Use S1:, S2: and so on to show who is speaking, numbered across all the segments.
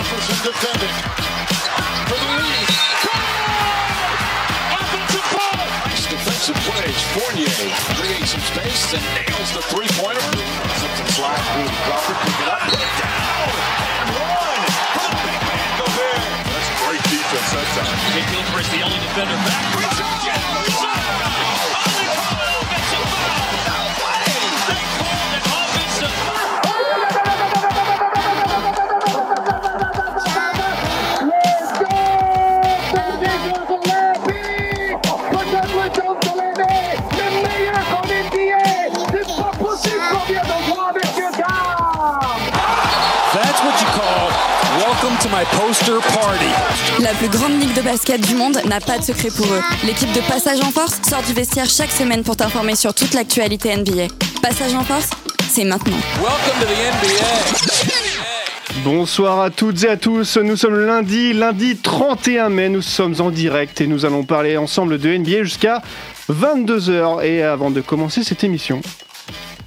S1: defending. For the lead. Goal! Offensive goal! Nice defensive plays. Fournier creates some space and nails the three-pointer. Something slide through the Crawford. Pick it up. Put it down! And one! For the big man, Gobert. That's great defense that time.
S2: Jake Gilchrist, the only defender back. Resurgent! Resurgent! Ollie Carter makes a foul. They called an offensive foul.
S3: That's what you call welcome to my poster party.
S4: La plus grande ligue de basket du monde n'a pas de secret pour eux. L'équipe de Passage en Force sort du vestiaire chaque semaine pour t'informer sur toute l'actualité NBA. Passage en Force, c'est maintenant.
S3: Welcome to the NBA.
S5: Bonsoir à toutes et à tous, nous sommes lundi, lundi 31 mai, nous sommes en direct et nous allons parler ensemble de NBA jusqu'à 22h. Et avant de commencer cette émission,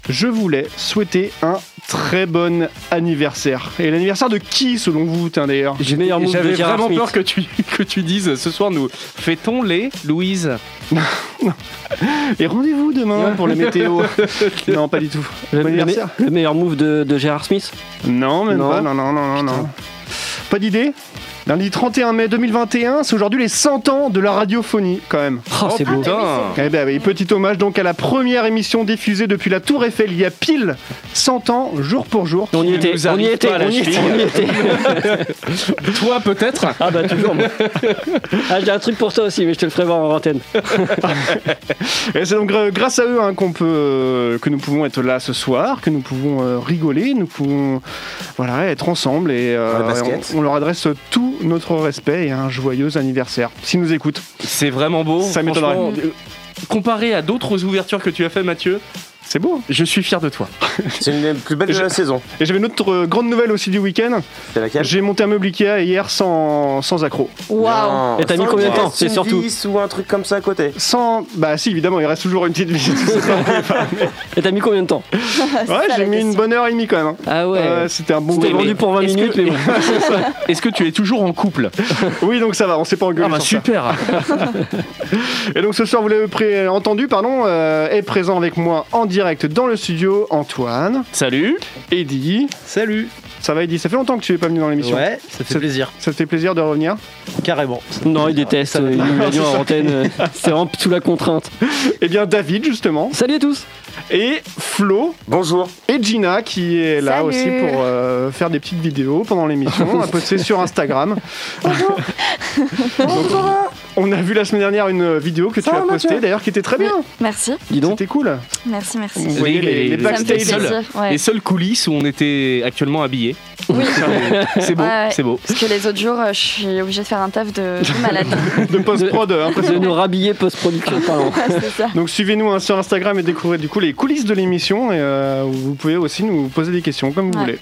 S5: je voulais souhaiter un très bon anniversaire. Et l'anniversaire de qui selon vous, tiens d'ailleurs
S6: J'avais
S7: move de J.R.
S6: vraiment
S7: Smith.
S6: peur que tu, que tu dises ce soir nous fêtons les Louise.
S5: Et rendez-vous demain pour les météos. non, pas du tout.
S7: Le,
S5: Bon
S7: le
S5: anniversaire
S7: me- le meilleur move de, de Gérard Smith
S5: Non, même
S7: Non.
S5: pas, non, non, non, non, non.
S7: Putain.
S5: Pas d'idée Lundi 31 mai 2021, c'est aujourd'hui les 100 ans de la radiophonie, quand même.
S7: Oh, c'est beau.
S6: putain.
S5: Eh ben, oui, petit hommage donc à la première émission diffusée depuis la Tour Eiffel il y a pile 100 ans, jour pour jour.
S7: On y
S6: nous
S7: était, on y
S6: arrive
S7: était,
S6: pas à la
S7: on y était,
S6: cheville.
S7: on y était.
S6: Toi peut-être
S7: Ah bah toujours moi. Ah j'ai un truc pour toi aussi, mais je te le ferai voir en antenne.
S5: Et c'est donc euh, grâce à eux hein, qu'on peut, euh, que nous pouvons être là ce soir, que nous pouvons euh, rigoler, nous pouvons voilà, être ensemble et euh,
S8: le basket.
S5: on, on leur adresse tout notre respect et un joyeux anniversaire. S'ils nous écoutent.
S6: C'est vraiment beau.
S5: Ça
S6: Franchement,
S5: m'étonnerait.
S6: euh, Comparé à d'autres ouvertures que tu as fait Mathieu,
S5: C'est beau. hein.
S6: je suis fier de toi.
S8: C'est une des plus belles de la saison.
S5: Et j'avais une autre euh, grande nouvelle aussi du week-end.
S8: C'est laquelle
S5: J'ai monté un meuble Ikea hier sans, sans accro.
S8: Non,
S7: Et t'as mis
S8: sans
S7: combien de temps
S8: vis,
S7: C'est
S8: une
S7: surtout.
S8: vis ou un truc comme ça à côté.
S5: Sans. Bah si, évidemment, il reste toujours une petite visite.
S7: Et t'as mis combien de temps
S5: ouais, j'ai mis une bonne heure et demie quand même. hein.
S7: Ah ouais.
S5: Ouais, C'était un bon
S7: C'était
S5: moment.
S7: vendu pour 20
S6: Est-ce
S7: minutes,
S6: que-
S7: mais bon.
S6: Est-ce que tu es toujours en couple
S5: Oui, donc ça va, on s'est pas engueulé.
S6: Ah bah
S5: sur ça.
S6: super.
S5: Et donc ce soir, vous l'avez pré- entendu, pardon, euh, est présent avec moi en direct dans le studio Antoine,
S6: Salut.
S5: Eddy.
S9: Salut
S5: Ça va, Eddy Ça fait longtemps que tu n'es pas venu dans l'émission.
S9: Ouais, ça fait
S5: Ça-
S9: plaisir,
S5: Ça te fait plaisir de revenir
S9: carrément.
S7: Non, il déteste, euh, il nous l'a dit en antenne. euh, C'est vraiment sous la contrainte.
S5: Eh bien, David, justement,
S7: Salut à tous
S5: et Flo,
S8: Bonjour.
S5: et Gina, qui est là
S10: Salut.
S5: aussi pour euh, faire des petites vidéos pendant l'émission, à poster sur Instagram. Donc, on a vu la semaine dernière une vidéo que tu as postée, d'ailleurs, qui était très bien.
S10: Merci,
S7: Dis donc.
S5: C'était cool.
S10: merci, merci.
S5: Vous voyez les, les
S10: Ça me fait
S5: backstage.
S10: plaisir. ouais.
S6: Les seules coulisses où on était actuellement habillés.
S10: Oui.
S6: C'est beau,
S10: Ouais, ouais.
S6: c'est beau.
S10: Parce que les autres jours, euh, je suis obligée de faire un taf de, de malade.
S5: de post-prod, hein,
S7: De nous rhabiller post-production parlant.
S10: C'est ça.
S5: Donc suivez-nous hein, sur Instagram et découvrez du coup les coulisses de l'émission et euh, vous pouvez aussi nous poser des questions comme vous
S10: Ouais.
S5: voulez.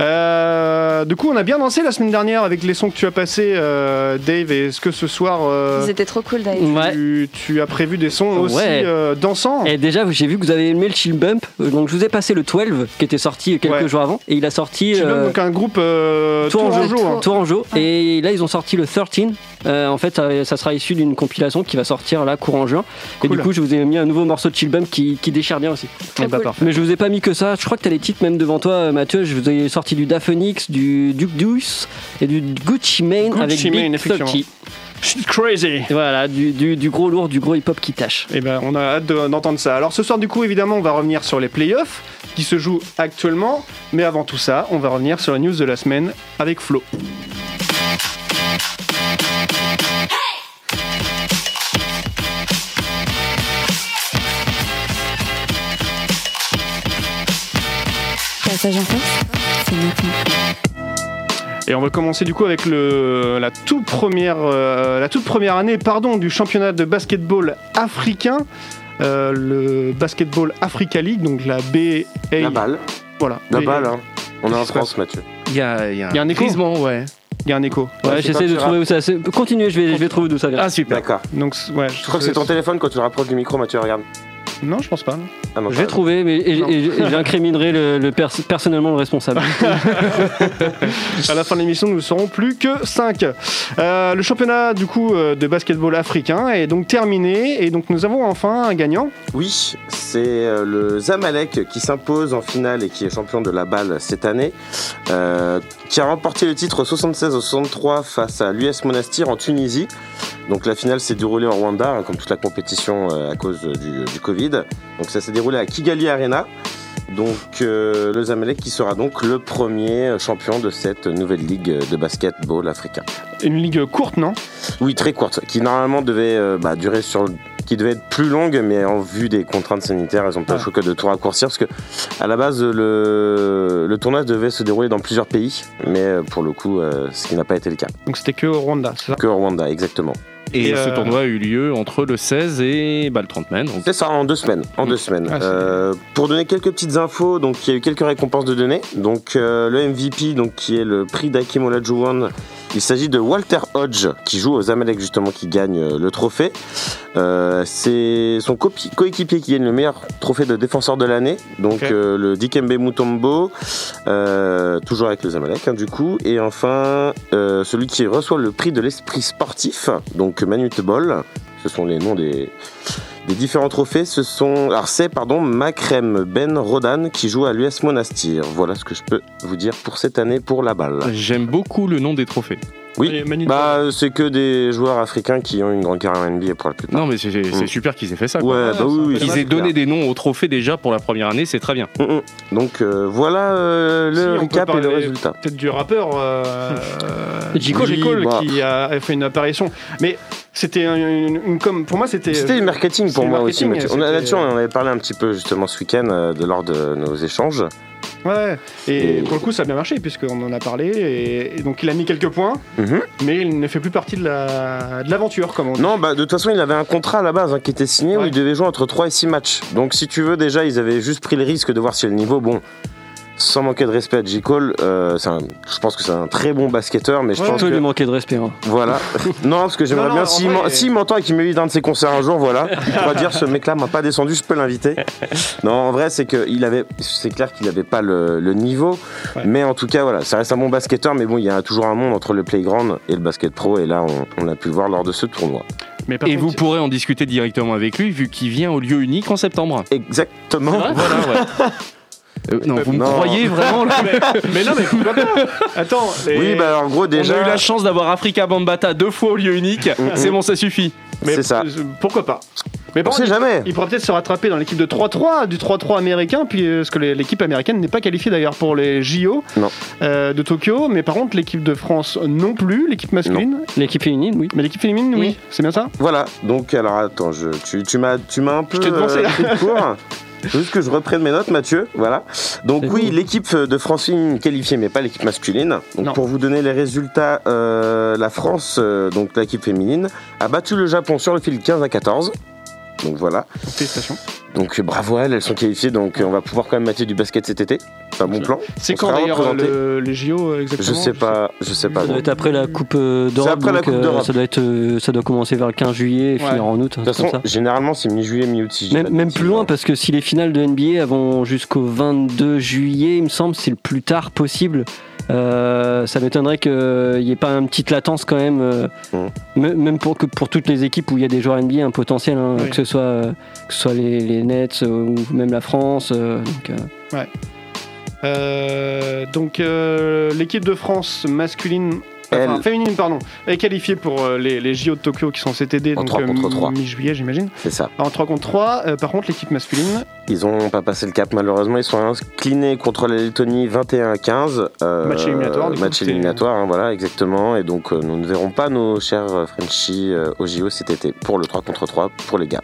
S5: Euh, du coup on a bien dansé la semaine dernière avec les sons que tu as passés euh, Dave et est-ce que ce soir euh,
S10: Ils étaient trop cool d'ailleurs.
S7: Ouais.
S5: tu, tu as prévu des sons aussi
S7: Ouais.
S5: euh, dansants
S7: Et déjà, j'ai vu que vous avez aimé le chill bump. euh, Donc je vous ai passé le 12 qui était sorti quelques
S5: Ouais.
S7: jours avant. Et il a sorti.
S5: Tu donnes
S7: euh,
S5: donc un groupe euh,
S7: Tour en
S5: Tour en
S7: jeu.
S5: jeu, hein.
S7: Tourangeau. Et là, ils ont sorti le 13. Euh, en fait, ça, ça sera issu d'une compilation qui va sortir là courant juin. Et
S5: Cool.
S7: du coup, je vous ai mis un nouveau morceau de Chill Bump qui, qui déchire bien aussi.
S10: Trop
S5: Eh bah,
S10: cool.
S5: parfait.
S7: Mais je vous ai pas mis que ça. Je crois que t'as les titres même devant toi, euh, Mathieu. Je vous ai sorti du Daphonix, du Duke Deuce et du Gucci Mane
S5: Gucci
S7: avec
S5: Mane,
S7: Big
S5: effectivement.
S7: 30.
S5: Shit crazy
S7: Et Voilà, du, du- du gros lourd, du gros hip-hop qui tâche.
S5: Eh ben, on a hâte de- d'entendre ça. Alors ce soir, du coup, évidemment, on va revenir sur les playoffs qui se jouent actuellement. Mais avant tout ça, on va revenir sur la news de la semaine avec Flo.
S4: Passage en Force, c'est maintenant.
S5: Et on va commencer du coup avec le, la, toute première, euh, la toute première année pardon, du championnat de basketball africain. Euh, le Basketball Africa League, donc la BA.
S8: La balle.
S5: Voilà.
S8: La
S5: B-
S8: balle, hein. On est
S5: Qu'est-ce
S8: en
S5: qui se passe
S8: France, Mathieu.
S6: Il y a, il y a
S5: Il y a un écho
S6: grisement, ouais.
S5: Il y a un écho.
S7: Ouais,
S8: Ouais, c'est pas
S7: j'essaie de
S8: grave.
S7: trouver où ça. c'est- Continuez, je vais, je vais trouver d'où ça vient.
S6: Ah super.
S8: D'accord.
S5: Donc, c- ouais,
S8: Je crois que c'est ton téléphone quand tu le rapproches du micro, Mathieu, regarde.
S5: Non, je pense pas. non.
S8: Ah non,
S7: Je vais
S8: pas-
S7: trouver, mais et, et- et j'incriminerai le, le pers- personnellement le responsable.
S5: À la fin de l'émission, nous serons plus que 5. le championnat du coup euh, de basketball africain est donc terminé et donc nous avons enfin un gagnant.
S8: Oui, c'est euh, le Zamalek qui s'impose en finale et qui est champion de la balle cette année, euh, qui a remporté le titre 76 au 63 face à l'US Monastir en Tunisie. Donc la finale s'est déroulée en Rwanda, hein, comme toute la compétition euh, à cause du, du Covid. Donc ça s'est déroulé à Kigali Arena. Donc euh, le Zamalek qui sera donc le premier champion de cette nouvelle ligue de basketball africain.
S5: Une ligue courte, non
S8: Oui, très courte, qui normalement devait euh, bah, durer sur le- qui devait être plus longue, mais en vue des contraintes sanitaires, elles ont pas le choix que de tout raccourcir, parce que à la base, le, le tournage devait se dérouler dans plusieurs pays, mais euh, pour le coup, euh, ce qui n'a pas été le cas.
S5: Donc c'était que au Rwanda, c'est ça
S8: Que au Rwanda, exactement.
S6: Et,
S5: Et, euh,
S6: ce tournoi a eu lieu entre le 16 et bah, le 30 mai. donc.
S8: C'est ça, en deux semaines. En deux semaines.
S5: Ah, c'est
S8: Euh, pour donner quelques petites infos, donc il y a eu quelques récompenses de données. Donc euh, le MVP, donc qui est le prix d'Akemola Juwon, il s'agit de Walter Hodge qui joue aux Amalek justement qui gagne euh, le trophée. Euh, c'est son copi- coéquipier qui gagne le meilleur trophée de défenseur de l'année, donc
S5: Ok.
S8: euh, le Dikembe Mutombo, euh, toujours avec les Amalek hein, du coup. Et enfin euh, celui qui reçoit le prix de l'esprit sportif, donc Manute Ball. Ce sont les noms des, les différents trophées, ce sont. Alors, c'est, pardon, Macrem Ben Rodan qui joue à l'US Monastir. Voilà ce que je peux vous dire pour cette année pour la balle.
S6: J'aime beaucoup le nom des trophées.
S8: Oui. Bah, euh, c'est que des joueurs africains qui ont une grande carrière NBA pour la plupart.
S6: Non, mais c'est c'est
S8: Mm.
S6: super qu'ils aient fait ça. quoi.
S8: Ouais, bah oui, oui.
S6: Qu'ils Oh.
S8: c'est
S6: aient donné
S8: clair.
S6: des noms aux trophées déjà pour la première année, c'est très bien.
S8: Mm, mm. Donc, euh, voilà euh, le
S5: Si, on peut
S8: recap et le
S5: parler-
S8: résultat.
S5: peut-être du rappeur euh,
S7: J. Cole.
S5: J. Cole,
S8: Bah.
S5: qui a a fait une apparition. Mais c'était un- une, une com. Pour moi, c'était.
S8: C'était du marketing pour
S5: c'est
S8: moi
S5: marketing,
S8: aussi. mais tu- on
S5: c'était-
S8: a-
S5: euh,
S8: Là-dessus, on en avait parlé un petit peu justement ce week-end euh, de, lors de nos échanges.
S5: Ouais. Et
S8: Et-
S5: pour le coup, ça a bien marché puisqu'on en a parlé et, et donc il a mis quelques points,
S8: Mhm.
S5: mais il ne fait plus partie de la de l'aventure, comme on dit.
S8: Non, bah, de toute façon, il avait un contrat à la base hein, qui était signé où
S5: Ouais.
S8: il devait jouer entre 3 et 6 matchs. Donc, si tu veux, déjà, ils avaient juste pris le risque de voir si le niveau, bon, sans manquer de respect à J. Cole, euh, c'est un- je pense que c'est un très bon basketteur, mais je
S5: Ouais.
S8: pense
S7: Toi, lui
S8: que.
S7: manquer de respect. hein.
S8: Voilà. non, parce que j'aimerais
S5: Non, non,
S8: bien,
S5: en
S8: s'il
S5: vrai,
S8: m'en-
S5: euh,
S8: s'il m'entend et qu'il m'évite un de ses concerts un jour, voilà, on va dire ce mec-là m'a pas descendu, je peux l'inviter. Non, en vrai, c'est que il avait, c'est clair qu'il n'avait pas le, le niveau,
S5: Ouais.
S8: mais en tout cas, voilà, ça reste un bon basketteur, mais bon, il y a toujours un monde entre le playground et le basket pro, et là, on, on a pu le voir lors de ce tournoi.
S5: Mais par
S6: et
S5: contre,
S6: vous pourrez en discuter directement avec lui, vu qu'il vient au lieu unique en septembre.
S8: Exactement.
S6: Voilà, ouais. Euh, non, vous me
S8: Non.
S6: croyez vraiment là
S5: Mais non, mais pourquoi pas Attends.
S8: Oui,
S5: et-
S8: bah en gros
S6: On a eu
S8: déjà, mm,
S6: la chance d'avoir Africa Bambata deux fois au lieu unique. c'est bon, ça suffit.
S5: mais
S8: c'est ça.
S5: euh, Pourquoi pas Mais
S8: On
S5: bon,
S8: sait jamais.
S5: il pourra peut-être se rattraper dans l'équipe de 3-3, du 3-3 américain, puis, euh, parce que les- l'équipe américaine n'est pas qualifiée d'ailleurs pour les JO
S8: Non.
S5: euh, de Tokyo, mais par contre l'équipe de France non plus, l'équipe masculine,
S7: L'équipe féminine, oui.
S5: mais l'équipe féminine, oui, c'est bien ça
S8: Voilà. Donc alors attends, je, tu, tu m'as, tu m'as un peu. euh,
S5: t'ai devancé, là.
S8: pris de court. Faut Juste que je reprenne mes notes, Mathieu. Voilà. Donc
S7: C'est
S8: oui,
S7: cool.
S8: l'équipe euh, de France féminine qualifiée, mais pas l'équipe masculine. Donc,
S5: Non.
S8: pour vous donner les résultats, euh, la France, euh, donc l'équipe féminine, a battu le Japon sur le fil 15 à 14. Donc voilà.
S5: Félicitations.
S8: Donc bravo à elles, elles sont qualifiées. Donc euh, on va pouvoir quand même mater du basket cet été. C'est un bon plan.
S5: C'est
S8: On
S5: quand
S8: sera
S5: d'ailleurs
S8: représenté.
S5: le- les JO euh, exactement
S8: Je sais pas, je sais pas.
S7: Ça doit être après la Coupe euh,
S8: C'est
S7: d'Europe.
S8: après la
S7: donc,
S8: Coupe
S7: euh,
S8: d'Europe.
S7: Ça doit être, euh, ça doit commencer vers le 15 juillet et finir en août. un truc
S8: De toute façon,
S7: comme ça.
S8: généralement c'est mi-juillet, mi-août. si je dis pas
S7: Même,
S8: de
S7: même
S8: bêtises,
S7: plus loin,
S8: hein.
S7: parce que si les finales de NBA vont jusqu'au 22 juillet, il me semble, c'est le plus tard possible. Euh, ça m'étonnerait qu'il n'y ait pas une petite latence quand même, euh,
S8: Mm.
S7: me- même pour, que pour toutes les équipes où il y a des joueurs NBA, un potentiel, hein,
S5: Oui.
S7: que ce soit, euh, que ce soit les, les Nets euh, ou même la France. euh, donc, euh,
S5: Euh, donc euh, l'équipe de France masculine enfin,
S8: Elle.
S5: féminine pardon est qualifiée pour euh, les, les JO de Tokyo qui sont CTD
S8: En
S5: donc euh,
S8: trois contre trois.
S5: mi-juillet j'imagine
S8: C'est ça.
S5: en 3 contre 3 par contre l'équipe masculine
S8: Ils ont pas passé le cap malheureusement, ils sont inclinés contre la Lettonie 21 à 15. euh,
S5: Match éliminatoire, du coup,
S8: match
S5: c'était-
S8: éliminatoire, hein, voilà exactement. Et donc euh, nous ne verrons pas nos chers euh, Frenchies euh, au JO cet été pour le 3 contre 3 pour les gars.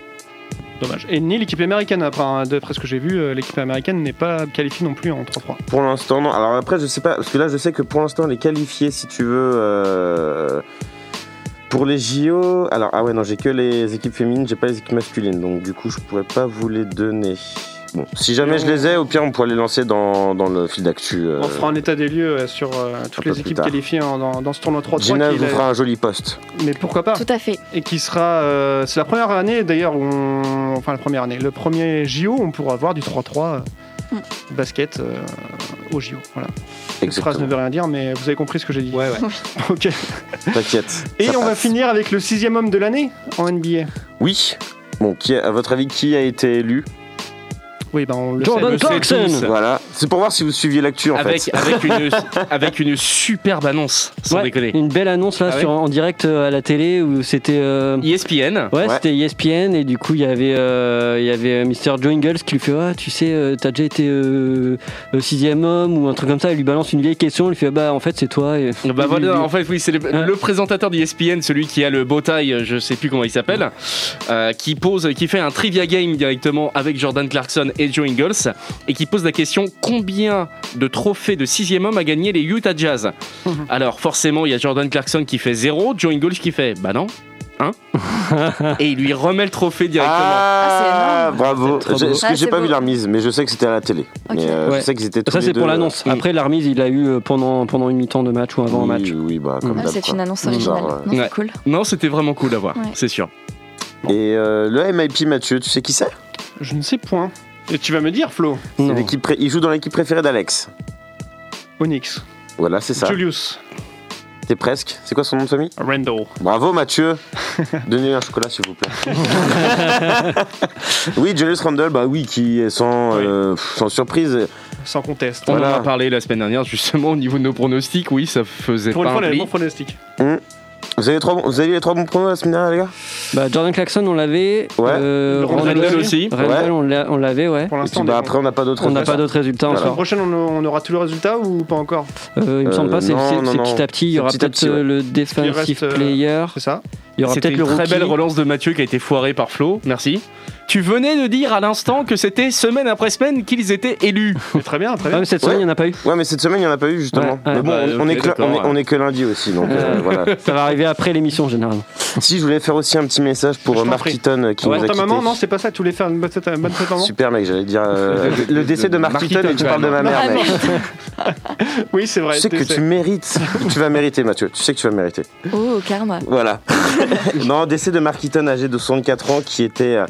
S5: dommage et ni l'équipe américaine après, hein, d'après ce que j'ai vu euh, l'équipe américaine n'est pas qualifiée non plus en 3-3
S8: Pour l'instant non. Alors après je sais pas parce que là je sais que pour l'instant les qualifiés si tu veux euh, pour les JO. Alors ah ouais non j'ai que les équipes féminines, j'ai pas les équipes masculines donc du coup je pourrais pas vous les donner. Bon, si jamais je les ai, au pire on pourra les lancer dans, dans le fil d'actu. euh,
S5: on fera un état des lieux euh, sur euh,
S8: peu
S5: toutes les
S8: plus
S5: équipes
S8: tard.
S5: qualifiées en- dans, dans ce tournoi 3-3
S8: Gina
S5: qui est
S8: vous
S5: la-
S8: fera un joli post.
S5: mais pourquoi pas
S10: Tout à fait.
S5: et qui sera euh, c'est la première année d'ailleurs où on, enfin la première année. Le premier JO, on pourra voir du 3-3 euh, basket euh, au JO. Voilà. Cette phrase ne
S8: Exactement.
S5: veut rien dire, mais vous avez compris ce que j'ai dit. Ouais, ouais. ok.
S8: T'inquiète.
S5: Et
S8: ça
S5: on va
S8: passe.
S5: finir avec le sixième homme de l'année en NBA.
S8: Oui. Bon, qui, a- à votre avis, qui a été élu
S5: Oui, ben on le
S7: Jordan
S5: sait.
S7: Clarkson
S8: Voilà. C'est pour voir si vous suiviez l'actu en
S6: avec,
S8: fait.
S6: avec, une, avec une superbe annonce, sans
S7: Ouais,
S6: déconner.
S7: Une belle annonce là
S6: Ah
S7: sur, en direct euh, à la télé où c'était. euh,
S8: Mm.
S6: E ESPN,
S7: Ouais,
S8: Ouais.
S7: c'était E ESPN et du coup il y avait euh, il y avait Mr Joe Ingles qui lui fait ah tu sais euh, t'as déjà été euh, euh, sixième homme ou un truc comme ça il lui balance une vieille question il lui fait bah en fait c'est toi et...
S6: Bah
S7: Il-
S6: voilà,
S7: il-
S6: en fait, oui, c'est le,
S7: Ouais.
S6: le présentateur d'ESPN, celui qui a le beau taille, je sais plus comment il s'appelle, euh, qui pose, qui fait un trivia game directement avec Jordan Clarkson et Joe Ingles, et qui pose la question combien de trophées de sixième homme a gagné les Utah Jazz Alors, forcément, il y a Jordan Clarkson qui fait zéro, Joe Ingles qui fait bah non, hein Et il lui remet le trophée directement.
S8: Ah,
S10: Ah,
S8: bravo.
S7: C'est trop
S8: J'ai-
S7: beau.
S8: Parce que
S10: Ah,
S8: j'ai
S10: c'est
S8: pas
S10: beau.
S8: vu la remise, mais je sais que c'était à la télé.
S10: Ok.
S8: Mais euh,
S7: Ouais.
S8: je sais qu'ils étaient tous
S7: ça
S8: les
S7: c'est pour
S8: deux-
S7: l'annonce après la remise il l'a eu euh, pendant pendant une mi-temps de match ou avant
S8: oui,
S7: un match
S8: Oui, bah comme
S10: Ah,
S8: d'hab,
S10: c'est
S8: quoi.
S10: une annonce
S8: Genre,
S10: originale.
S8: euh,
S10: Non,
S6: Ouais.
S10: c'est cool.
S6: Non, c'était vraiment cool à voir,
S10: Ouais.
S6: c'est sûr.
S8: Et euh, le MIP Mathieu, tu sais qui c'est
S5: Je ne sais point. Et tu vas me dire, Flo,
S8: C'est
S7: Non.
S8: l'équipe pré- Il joue dans l'équipe préférée d'Alex.
S5: Onyx,
S8: Voilà, c'est ça.
S5: Julius,
S8: T'es presque. C'est quoi son nom de famille
S5: Randall.
S8: Bravo Mathieu. Donnez-lui un chocolat s'il vous plaît. oui, Julius Randle, bah oui, qui est sans,
S5: Oui.
S8: euh, pff, sans surprise.
S5: Sans conteste.
S6: On
S8: Voilà.
S6: en a parlé la semaine dernière, justement, au niveau de nos pronostics, oui, ça faisait
S5: Pour une
S6: pas
S5: fois, on
S6: un
S5: a le
S6: pli.
S5: bon pronostic.
S8: Vous avez, trois, bons- vous avez les trois bons pronos la semaine dernière, les gars
S7: bah Jordan Clarkson on l'avait
S8: Ouais.
S7: euh,
S5: Randall
S7: Randall
S6: aussi.
S7: Randall, on l'a- on l'avait ouais
S5: Pour
S8: Et
S5: l'instant,
S8: puis,
S5: on
S8: bah,
S5: est bon.
S8: Après, on n'a pas d'autres.
S7: on n'a
S8: résultats.
S7: pas d'autres résultats
S5: la semaine
S7: encore
S5: prochaine, on on aura tous les résultats ou pas encore
S7: Euh, il me semble
S8: Euh,
S7: pas c'est
S8: non,
S7: c'est-
S8: non,
S7: c'est
S8: non.
S7: petit à petit il y
S8: C'est
S7: aura
S8: petit à
S7: peut-être
S8: petit, ouais.
S7: euh, le
S5: qu'il
S7: defensive
S5: reste, euh,
S7: player
S5: C'est ça
S7: il y aura
S6: C'était
S7: peut-être
S6: une
S7: le
S6: très
S7: rookie.
S6: belle relance de Mathieu qui a été foirée par Flo, merci. Tu venais de dire à l'instant que c'était semaine après semaine qu'ils étaient élus.
S5: Mais Très bien,
S7: Ah,
S5: très bien.
S7: mais cette semaine
S8: Ouais.
S7: il n'y en a pas eu
S8: Ouais, mais cette semaine, il n'y en a pas eu justement.
S7: Ouais, ouais,
S8: mais bon,
S6: bah,
S8: on, on
S6: ok,
S8: est que,
S6: d'accord,
S8: on est-
S6: ouais.
S8: on est que lundi aussi, donc euh,
S7: Euh,
S8: voilà.
S7: ça va arriver après l'émission généralement
S8: Si, je voulais faire aussi un petit message pour
S5: Je
S8: euh,
S5: t'en
S8: Mark
S5: prie.
S8: Eaton euh, qui
S5: Pour
S8: nous a
S5: ta
S8: quittés.
S5: maman, non, c'est pas ça. Tu voulais faire une bonne fête à- bonne fête à maman
S8: Super mec, j'allais dire euh, le décès de Mark
S6: Mark
S8: Eaton et tu
S6: Eaton,
S8: parles de ma
S5: quand
S8: mère.
S10: même.
S8: mec.
S5: Oui, c'est vrai.
S8: Tu sais que
S5: c'est-
S8: tu mérites, tu vas mériter Mathieu, tu sais que tu vas mériter.
S10: Oh, karma.
S8: Voilà. non, décès de Mark Eaton âgé de 64 ans qui était euh,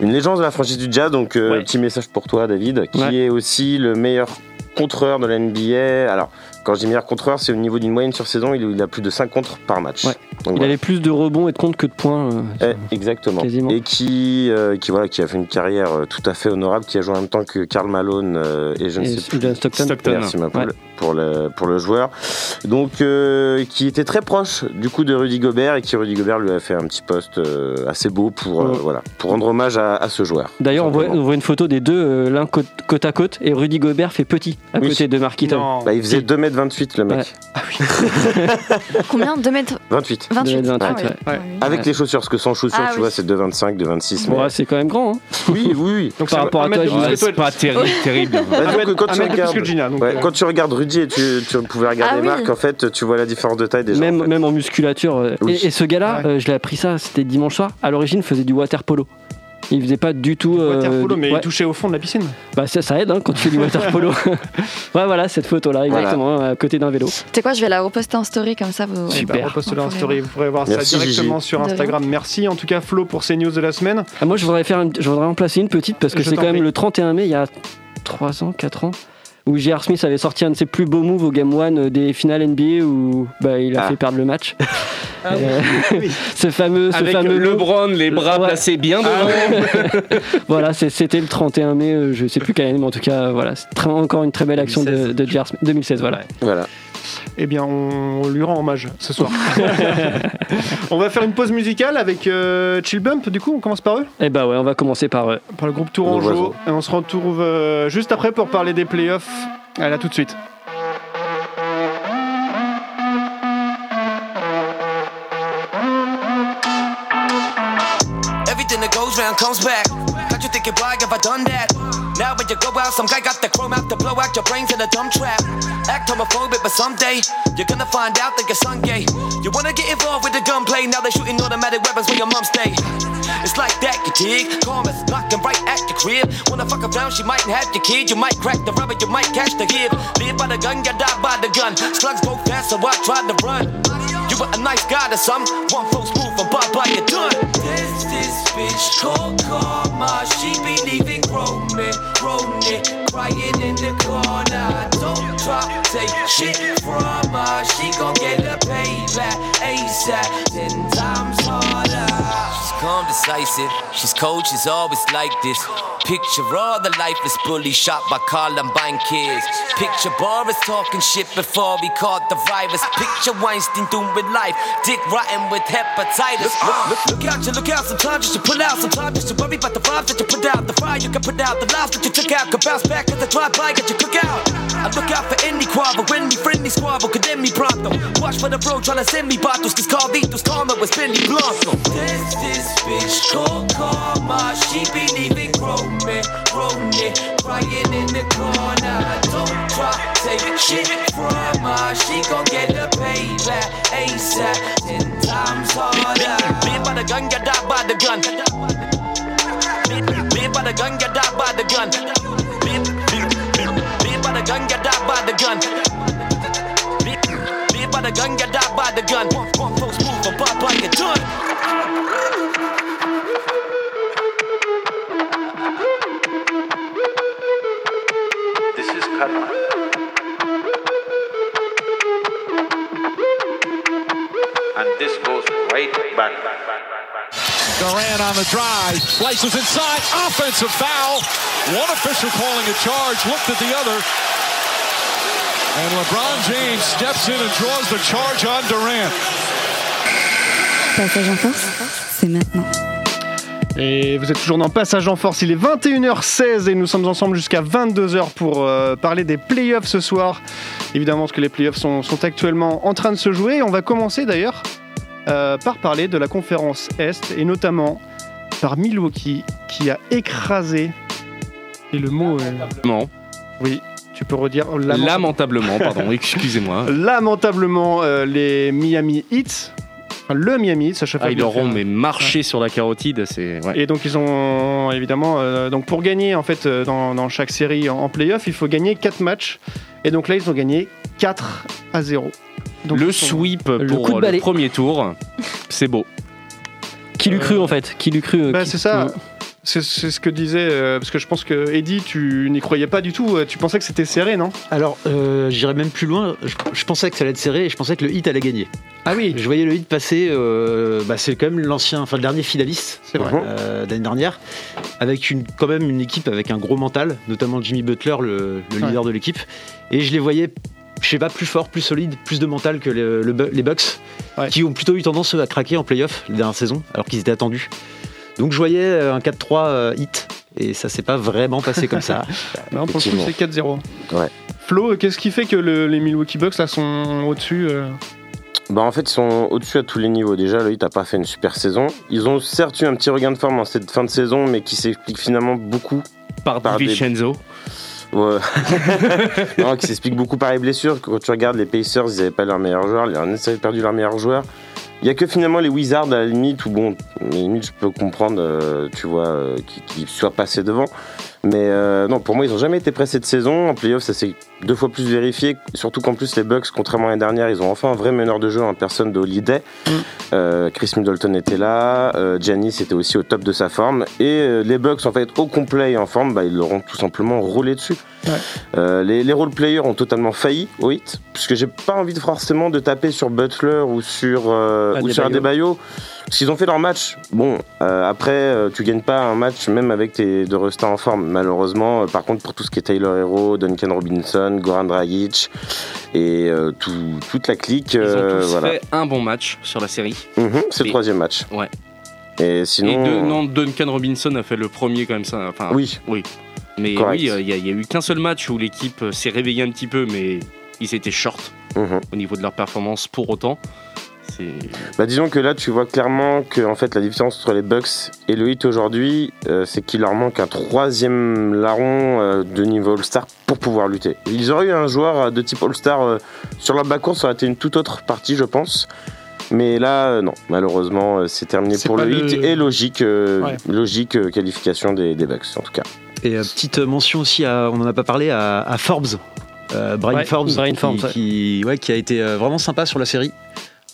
S8: une légende de la franchise du jazz, donc euh,
S5: Ouais.
S8: petit message pour toi David, qui
S7: Ouais.
S8: est aussi le meilleur contreur de la NBA. Alors, quand je dis meilleur contreur, c'est au niveau d'une moyenne sur saison, il il a plus de 5 contres par match.
S7: Ouais. il
S8: Donc, voilà.
S7: avait plus de rebonds et de comptes que de points euh,
S8: Eh, exactement.
S7: Quasiment.
S8: Et qui, euh, qui, voilà, qui a fait une carrière euh, tout à fait honorable, qui a joué en même temps que Karl Malone euh, et je ne
S7: et
S8: sais plus.
S7: John Stockton
S6: Stockton.
S8: Merci ma
S7: Ouais.
S8: poule, pour, le, pour le joueur. Donc, euh, qui était très proche du coup de Rudy Gobert et qui Rudy Gobert lui a fait un petit poste euh, assez beau pour, euh,
S7: Ouais.
S8: voilà, pour rendre hommage à, à ce joueur.
S7: D'ailleurs, on voit,
S8: Simplement.
S7: on voit une photo des deux, euh, l'un côte, côte à côte, et Rudy Gobert fait petit à
S8: Oui.
S7: côté de Mark Eaton.
S5: Non.
S8: Bah, il faisait 2m28 le mec.
S7: Ouais.
S10: Combien 2 mètres
S8: 28.
S10: 28.
S7: 2m28,
S10: Ah,
S7: ouais.
S10: Ah,
S8: Avec les chaussures, parce que sans chaussures,
S10: Ah
S8: tu
S10: oui.
S8: vois, c'est 2,25, 2,26. mais-
S7: Ouais, c'est quand même grand. hein.
S8: Oui, oui, oui.
S7: par
S5: Donc, c'est
S7: rapport à
S5: un mètre
S7: toi,
S5: de
S7: Gilles.
S5: plus
S6: Ouais,
S5: que toi,
S6: Ah, c'est pas terrible, terrible.
S8: Bah,
S5: Un
S8: donc,
S5: mètre-
S8: quand
S5: un
S8: tu
S5: mètre de plus
S8: regardes-
S5: que Gina. donc,
S8: Ouais,
S5: euh,
S8: quand tu regardes Rudy et tu, tu pouvais regarder
S10: Ah oui.
S8: Marc, en fait, tu vois la différence de taille des gens.
S7: même,
S8: en fait.
S7: même en musculature. euh.
S8: Oui.
S7: Et, et ce gars-là,
S5: Ouais.
S7: euh, je l'ai appris ça, c'était dimanche soir. À l'origine, il faisait du water polo. Il faisait pas du tout. euh,
S5: water polo,
S7: du-
S5: mais
S7: ouais.
S5: touché au fond de la piscine.
S7: Bah, ça, ça aide hein, quand tu fais du water polo. ouais, voilà, cette photo-là,
S8: Voilà.
S7: exactement, à côté d'un vélo.
S10: Tu sais quoi, je vais la reposter en story comme ça. Vous...
S7: Super.
S5: Bah, Reposte-le
S10: On
S5: en
S10: pourrait
S5: story. Vous pourrez voir ça
S8: Merci,
S5: directement
S8: Gigi.
S5: sur
S10: De rien.
S5: Instagram. Merci en tout cas, Flo, pour ces news de la semaine.
S7: Ah, moi, je voudrais, faire une- je voudrais en placer une petite parce que
S5: Je
S7: c'est
S5: t'en
S7: quand même
S5: prie.
S7: le 31 mai, il y a 3 ans, 4 ans, où J.R. Smith avait sorti un de ses plus beaux moves au Game 1 des finales NBA où bah, il a
S8: Ah.
S7: fait perdre le match. Euh, ce fameux, ce
S6: Avec
S7: fameux move.
S6: LeBron, les bras
S7: Ouais. Ah.
S6: placés bien devant.
S7: Voilà, c'est- c'était le 31 mai, euh, je sais plus quelle année, mais en tout cas, euh, voilà, c'est très- encore une très belle action de, de J.R. Smith. 2016, voilà.
S8: Voilà.
S5: Eh bien, on lui rend hommage ce soir. on va faire une pause musicale avec euh, Chill Bump. Du coup, on commence par eux,
S7: Et bah ouais, on va commencer par. euh,
S5: par le groupe Tourangeau.
S8: Oiseau.
S5: Et on se retrouve euh, juste après pour parler des playoffs. Allez, à tout de suite.
S9: Everything that goes round comes back. Got you thinking, why have I done that? Now when you go out, some guy got the chrome out to blow out your brains in a dumb trap. Act homophobic, but someday you're gonna find out that your son gay. You wanna get involved with the gunplay? Now they're shooting automatic weapons where your mom stay. It's like that, you dig? Karma's knocking right at your crib. Wanna fuck around? She mightn't have your kid. You might crack the rubber, you might catch the give. Live by the gun, you die by the gun. Slugs both fast, so I tried to run. You were a nice guy to some. One false move and bye bye, you're done. There's this bitch called karma. crying in the corner. Don't try to take shit from her. She gon' get the payback ASAP. Ten times harder. She's calm, decisive. She's cold. She's always like this. Picture all the lifeless bully shot by Columbine kids. Picture Boris talking shit before he caught the virus. Picture Weinstein doing life. Dick rotten with hepatitis. Look, look out, you look out. Sometimes you should pull out. Sometimes you should worry about the vibes that you put out. The fire you can put out. The lives that you took out. Could bounce back as I drive by, get your cook out. I look out for any quabble. When me friendly squabble, condemn me pronto. Watch for the road trying to send me bottles. Cause Carlitos karma was Benny Blanco. This, this bitch called karma. She believe in grown men, grown it. Crying in the corner. Don't try take shit from her. She gon' get the payback ASAP. Ten times harder. Bit by the gun, get out by the gun. Bit, bit by the gun, get out by the gun. Bit, bit, bit, bit by the gun, get out by the gun. Bit, bit by the gun, get out by the gun. One, one, post move, a bop by your gun.
S1: Durant on the drive, slices inside, offensive foul. One official calling a charge, looked at the other. And LeBron James steps in and draws the charge on Durant.
S4: Passage en force, c'est maintenant.
S5: Et vous êtes toujours dans Passage en Force, il est 21h16 et nous sommes ensemble jusqu'à 22h pour euh, parler des playoffs ce soir. Évidemment, parce que les playoffs sont, sont actuellement en train de se jouer. On va commencer d'ailleurs euh, par parler de la conférence Est et notamment par Milwaukee qui a écrasé. Et le mot. euh,
S6: Non.
S5: oui, tu peux redire. lament-
S6: Lamentablement, pardon, excusez-moi.
S5: Lamentablement, euh, les Miami Heat. Enfin, le Miami Heat, Sacha
S6: Ah, ils
S5: Fabio
S6: auront
S7: hein.
S5: fait un-
S6: mais marché sur la carotide, c'est ouais.
S5: Et donc ils ont évidemment euh, donc pour gagner en fait euh, dans, dans chaque série en, en playoff, il faut gagner 4 matchs et donc là ils ont gagné 4 à 0. Donc,
S6: le
S5: ils sont-
S6: sweep
S7: Le
S6: pour
S7: coup de
S6: le
S7: balai.
S6: premier tour, c'est beau.
S7: Qui l'eût cru en fait Qui l'eût cru euh,
S5: Bah,
S7: qui-
S5: c'est ça.
S7: Mm.
S5: C'est c'est ce que disait euh, parce que je pense que Eddie tu n'y croyais pas du tout, euh, tu pensais que c'était serré non
S11: Alors, euh, j'irais même plus loin. Je, je pensais que ça allait être serré et je pensais que le hit allait gagner.
S5: Ah oui.
S11: Je voyais le hit passer. euh, bah, c'est quand même l'ancien, enfin le dernier finaliste
S5: C'est
S8: Mhm.
S5: vrai.
S11: euh, d'année dernière, avec une, quand même une équipe avec un gros mental, notamment Jimmy Butler, le, le
S5: Ouais.
S11: leader de l'équipe. Et je les voyais, je sais pas, plus forts, plus solides, plus de mental que le- le Bu- les Bucks,
S5: Ouais.
S11: qui ont plutôt eu tendance eux, à craquer en playoff la dernière saison, alors qu'ils étaient attendus. Donc je voyais euh, un 4-3 euh, hit. Et ça s'est pas vraiment passé comme ça.
S5: Non, pour le coup
S8: Effectivement.
S5: c'est 4-0.
S8: Ouais.
S5: Flo, euh, qu'est-ce qui fait que le- les Milwaukee Bucks là sont au-dessus euh,
S8: Bah en fait, ils sont au-dessus à tous les niveaux. Déjà, le Heat a pas fait une super saison. Ils ont certes eu un petit regain de forme en cette fin de saison, mais qui s'explique finalement beaucoup.
S6: Par,
S8: Par des-
S6: Vincenzo.
S8: Ouais. non, qui s'explique beaucoup par les blessures. Quand tu regardes les Pacers, ils n'avaient pas leur meilleur joueur. Les Hornets avaient perdu leur meilleur joueur. Il y a que finalement les Wizards à la limite où bon, à la limite je peux comprendre, euh, tu vois, euh, qu'ils qu'ils soient passés devant. Mais euh, non, pour moi, ils n'ont jamais été pressés de saison. En playoff, ça s'est deux fois plus vérifié. Surtout qu'en plus, les Bucks, contrairement à l'année dernière, ils ont enfin un vrai meneur de jeu en personne de Holiday. Euh, Chris Middleton était là. Euh, Giannis était aussi au top de sa forme. Et euh, les Bucks, en fait, au complet et en forme, bah, ils l'auront tout simplement roulé dessus. Euh, les, les role players ont totalement failli au hit, puisque j'ai pas envie de forcément de taper sur Butler ou sur euh, ou
S7: Adebayo.
S8: sur Adebayo, parce qu'ils ont fait leur match. Bon, euh, après euh, tu gagnes pas un match même avec tes deux restants en forme, malheureusement. Euh, par contre, pour tout ce qui est Taylor Hero, Duncan Robinson, Goran Dragic et euh, tout- toute la clique,
S6: Ils ont
S8: euh,
S6: tous
S8: voilà,
S6: fait un bon match sur la série.
S8: Mhm, c'est le
S6: Et-
S8: troisième match.
S6: Ouais.
S8: Et sinon, euh,
S6: Et deux, non, Duncan Robinson a fait le premier quand même ça. Enfin,
S8: oui,
S6: Mais
S8: correct.
S6: oui, euh, il n'y a, y a eu qu'un seul match où l'équipe euh, s'est réveillée un petit peu, mais ils étaient short
S8: mhm.
S6: au niveau de leur performance pour autant. C'est
S8: Bah disons que là tu vois clairement que en fait la différence entre les Bucks et le Heat aujourd'hui euh, c'est qu'il leur manque un troisième larron euh, de niveau All-Star pour pouvoir lutter. Ils auraient eu un joueur euh, de type All-Star euh, sur leur backcourt ça aurait été une toute autre partie je pense. Mais là euh, non malheureusement euh, c'est terminé
S5: C'est
S8: pour
S5: pas
S8: le Heat
S5: le-
S8: et logique euh,
S5: Ouais.
S8: logique euh, qualification des, des Bucks en tout cas.
S11: Et euh, petite mention aussi, à- on n'en a pas parlé, à, à Forbes. Euh, Brian
S7: Ouais,
S11: Forbes,
S7: Brian
S11: qui,
S7: Forbes, ouais.
S11: qui, ouais, qui a été euh, vraiment sympa sur la série.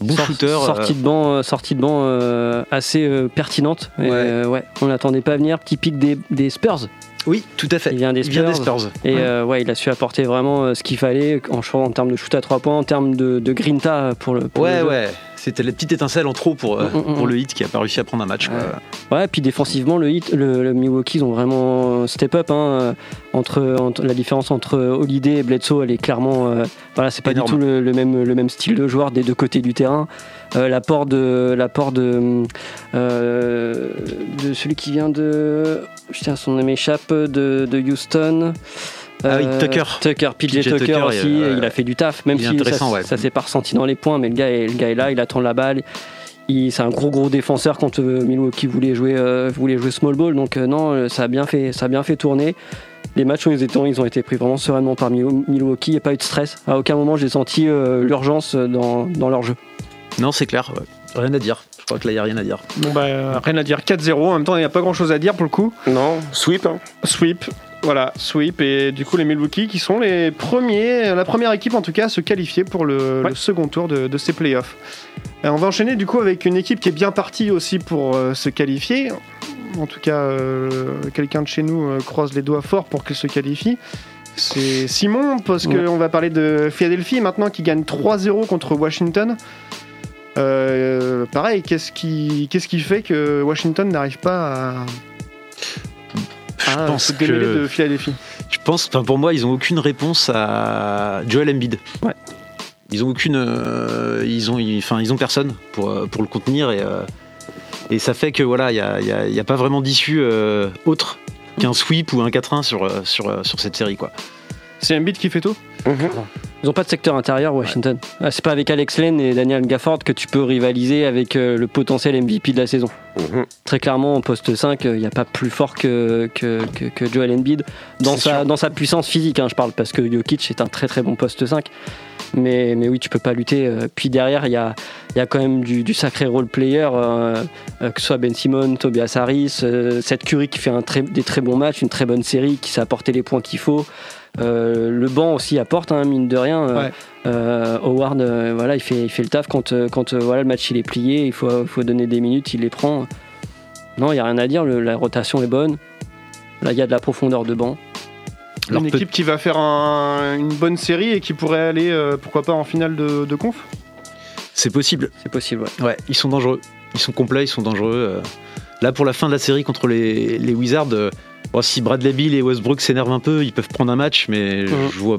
S11: Bon
S7: Sor-
S11: shooter. euh,
S7: sortie de banc, euh, sortie de banc euh, assez euh, pertinente. Et,
S11: Ouais.
S7: euh, ouais, on l'attendait pas venir. Petit pic des, des Spurs.
S11: Oui, tout à fait.
S7: Il vient des
S11: Il
S7: Spurs.
S11: vient des Spurs.
S7: Et
S11: Ouais.
S7: euh, ouais, il a su apporter vraiment euh, ce qu'il fallait en, cho- en termes de shoot à 3 points, en termes de, de grinta pour le. pour
S11: Ouais,
S7: le jeu.
S11: ouais. C'était la petite étincelle en trop pour, euh,
S7: Mm, mm, mm.
S11: pour le hit qui a pas réussi à prendre un match. quoi.
S7: Ouais, puis défensivement, le hit, le, le Milwaukee, ils ont vraiment step up. hein, euh, entre, entre- la différence entre Holiday et Bledsoe, elle est clairement. euh, voilà, c'est pas
S11: Énorme.
S7: du tout le, le même, le même style de joueur des deux côtés du terrain. Euh, l'apport de, l'apport de, euh, de celui qui vient de. Putain, son nom m'échappe, de, de Houston. Euh,
S11: Ah oui, Tucker.
S7: Tucker, PJ,
S11: PJ
S7: Tucker,
S11: Tucker,
S7: aussi,
S11: euh,
S7: il a fait du taf, même
S11: il est
S7: si ça,
S11: intéressant, ouais.
S7: ça s'est pas ressenti dans les points, mais le gars est, le gars est là, il attend la balle, il- c'est un gros gros défenseur quand euh, Milwaukee voulait jouer euh, voulait jouer small ball donc euh, non euh, ça a bien fait ça a bien fait tourner les matchs où ils étaient ils ont été pris vraiment sereinement par Mil- Milwaukee il n'y a pas eu de stress à aucun moment j'ai senti euh, l'urgence dans, dans leur jeu
S11: Non, c'est clair. ouais. Rien à dire. Je crois que là, il n'y a rien à dire.
S5: Bon bah euh, rien à dire 4-0, en même temps il n'y a pas grand chose à dire pour le coup.
S8: Non, sweep. hein.
S5: Sweep, voilà, sweep et du coup les Milwaukee qui sont les premiers, la première équipe en tout cas à se qualifier pour le, le second tour de, de ces playoffs. Et Euh, on va enchaîner du coup avec une équipe qui est bien partie aussi pour euh, se qualifier. En tout cas, euh, quelqu'un de chez nous euh, croise les doigts fort pour qu'elle se qualifie. C'est Simon, parce
S7: Ouais.
S5: qu'on va parler de Philadelphie maintenant qui gagne 3-0 contre Washington. Euh, pareil, qu'est-ce qui, qu'est-ce qui fait que Washington n'arrive pas à,
S11: Je
S5: ah,
S11: pense
S5: se démêler
S11: que-
S5: de Philadelphie.
S11: Je pense, enfin, pour moi, ils ont aucune réponse à Joel Embiid.
S7: Ouais.
S11: Ils ont aucune, euh, ils ont, ils- enfin, ils ont personne pour euh, pour le contenir et euh, et ça fait que voilà, il y a, il y a- il y a pas vraiment d'issue euh, autre qu'un sweep ou un 4-1 sur euh, sur euh, sur cette série quoi.
S5: C'est Embiid qui fait tout
S8: Mhm.
S7: ils n'ont pas de secteur intérieur Washington Ah, c'est pas avec Alex Len et Daniel Gafford que tu peux rivaliser avec euh, le potentiel MVP de la saison
S8: Mhm.
S7: très clairement en poste 5 il n'y a pas plus fort que, que, que, que Joel Embiid dans sa, dans sa puissance physique hein, je parle parce que Jokic est un très très bon poste 5 mais, mais oui tu peux pas lutter euh, puis derrière il y a, il y a quand même du, du sacré role player euh, euh, que ce soit Ben Simon Tobias Harris euh, cette Curie qui fait un très, des très bons matchs une très bonne série qui sait apporter les points qu'il faut Euh, le banc aussi apporte hein, mine de rien Euh,
S5: Ouais.
S7: euh, Howard euh, voilà il fait, il fait le taf quand, euh, quand euh, voilà, le match il est plié il faut, faut donner des minutes il les prend non, il n'y a rien à dire, le- la rotation est bonne. Là, il y a de la profondeur de banc.
S11: Leur
S5: Une
S11: pe-
S5: équipe qui va faire un- une bonne série et qui pourrait aller, euh, pourquoi pas, en finale de, de conf
S11: C'est possible.
S7: C'est possible, ouais.
S11: Ouais, ils sont dangereux. Ils sont complets, ils sont dangereux. euh. Là, pour la fin de la série contre les, les Wizards, euh, bon, si Bradley Bill et Westbrook s'énervent un peu, ils peuvent prendre un match, mais
S7: Mhm.
S11: je vois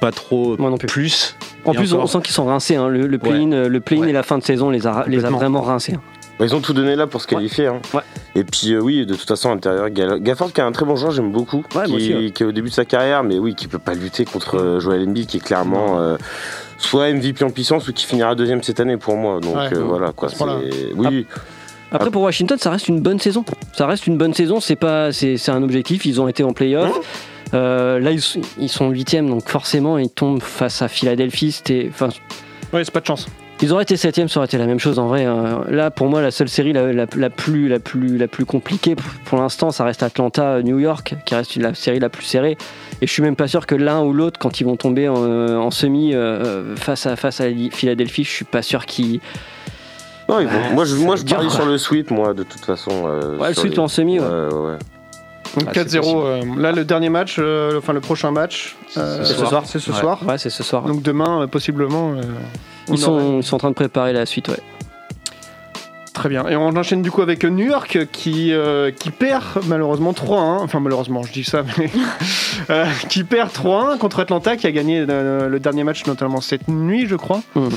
S11: pas trop
S7: Moi non plus.
S11: plus.
S7: En
S11: Et
S7: plus,
S11: encore-
S7: on sent qu'ils sont rincés. hein. Le, le play-in euh, le play-in
S11: Ouais.
S7: et la fin de saison les a, les a
S11: Complètement.
S7: vraiment rincés. hein.
S8: Bah, Ils ont tout donné là pour se qualifier. hein.
S7: Ouais.
S8: Et puis euh, oui, de toute façon, à l'intérieur, Gal- Gafford qui est un très bon joueur, j'aime beaucoup,
S7: Ouais, moi
S8: qui,
S7: aussi,
S8: qui est au début de sa carrière, mais oui, qui peut pas lutter contre euh, Joel Embiid, qui est clairement euh, soit MVP en puissance ou qui finira deuxième cette année pour moi. Donc
S5: Ouais.
S8: euh, voilà quoi.
S5: À ce point-là.
S8: c'est- Oui,
S7: Ah. Après, pour Washington, ça reste une bonne saison. Ça reste une bonne saison, c'est pas, c'est c'est un objectif. Ils ont été en play-off. Euh, là, ils, s- ils sont huitièmes, donc forcément, ils tombent face à Philadelphie. C'était, enfin,
S5: Ouais, c'est pas de chance.
S7: Ils auraient été septième, ça aurait été la même chose en vrai. Euh, Là, pour moi, la seule série la, la- la plus, la, plus, la plus compliquée pour- pour l'instant, ça reste Atlanta-New York, qui reste la série la plus serrée. Et je suis même pas sûr que l'un ou l'autre, quand ils vont tomber en, en semi euh, face à, face à Philadelphie, je suis pas sûr qu'ils.
S8: Non, ils vont-
S7: Ouais,
S8: moi je, moi, je
S7: dur,
S8: parie
S7: quoi.
S8: sur le sweep, moi de toute façon. euh,
S7: Ouais, le
S8: sur
S7: suite
S8: les-
S7: en semi, ouais.
S8: Ouais, ouais.
S5: Donc
S11: Ah, c'est
S5: 4-0. euh, là, le dernier match, euh, enfin le prochain match, euh,
S7: C'est ce soir.
S5: C'est ce
S11: Ouais.
S5: soir.
S7: Ouais, c'est ce soir.
S5: Donc demain, euh, possiblement. euh, on
S7: Ils
S5: aura-
S7: sont, ils sont en train de préparer la suite, ouais.
S5: Très bien. Et on enchaîne du coup avec euh, New York qui, euh, qui perd malheureusement 3-1. Enfin, malheureusement, je dis ça, mais. euh, qui perd 3-1 contre Atlanta qui a gagné euh, le dernier match, notamment cette nuit, je crois.
S7: Mhm.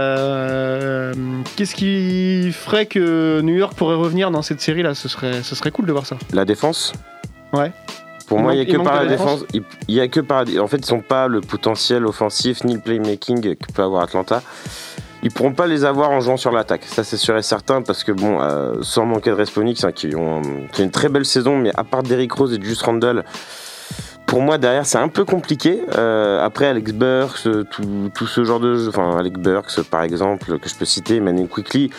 S5: Euh, Qu'est-ce qui ferait que New York pourrait revenir dans cette série là ce serait, ce serait cool de voir ça.
S8: La défense
S5: Ouais.
S8: Pour
S5: Il
S8: moi,
S5: manque-
S8: il n'y a
S5: il
S8: que
S5: manque
S8: par
S5: de
S8: la
S5: défense
S8: défense. Il il y a que par. En fait, ils n'ont pas le potentiel offensif ni le playmaking que peut avoir Atlanta. Ils pourront pas les avoir en jouant sur l'attaque. Ça, c'est sûr et certain, parce que bon, euh, sans manquer de Responix, hein, qui ont fait une très belle saison, mais à part Derrick Rose et Just Randle. Pour moi, derrière, c'est un peu compliqué. Euh, après, Alex Burks, euh, tout, tout ce genre de jeu, enfin, Alex Burks, par exemple, que je peux citer, Manu Quickly,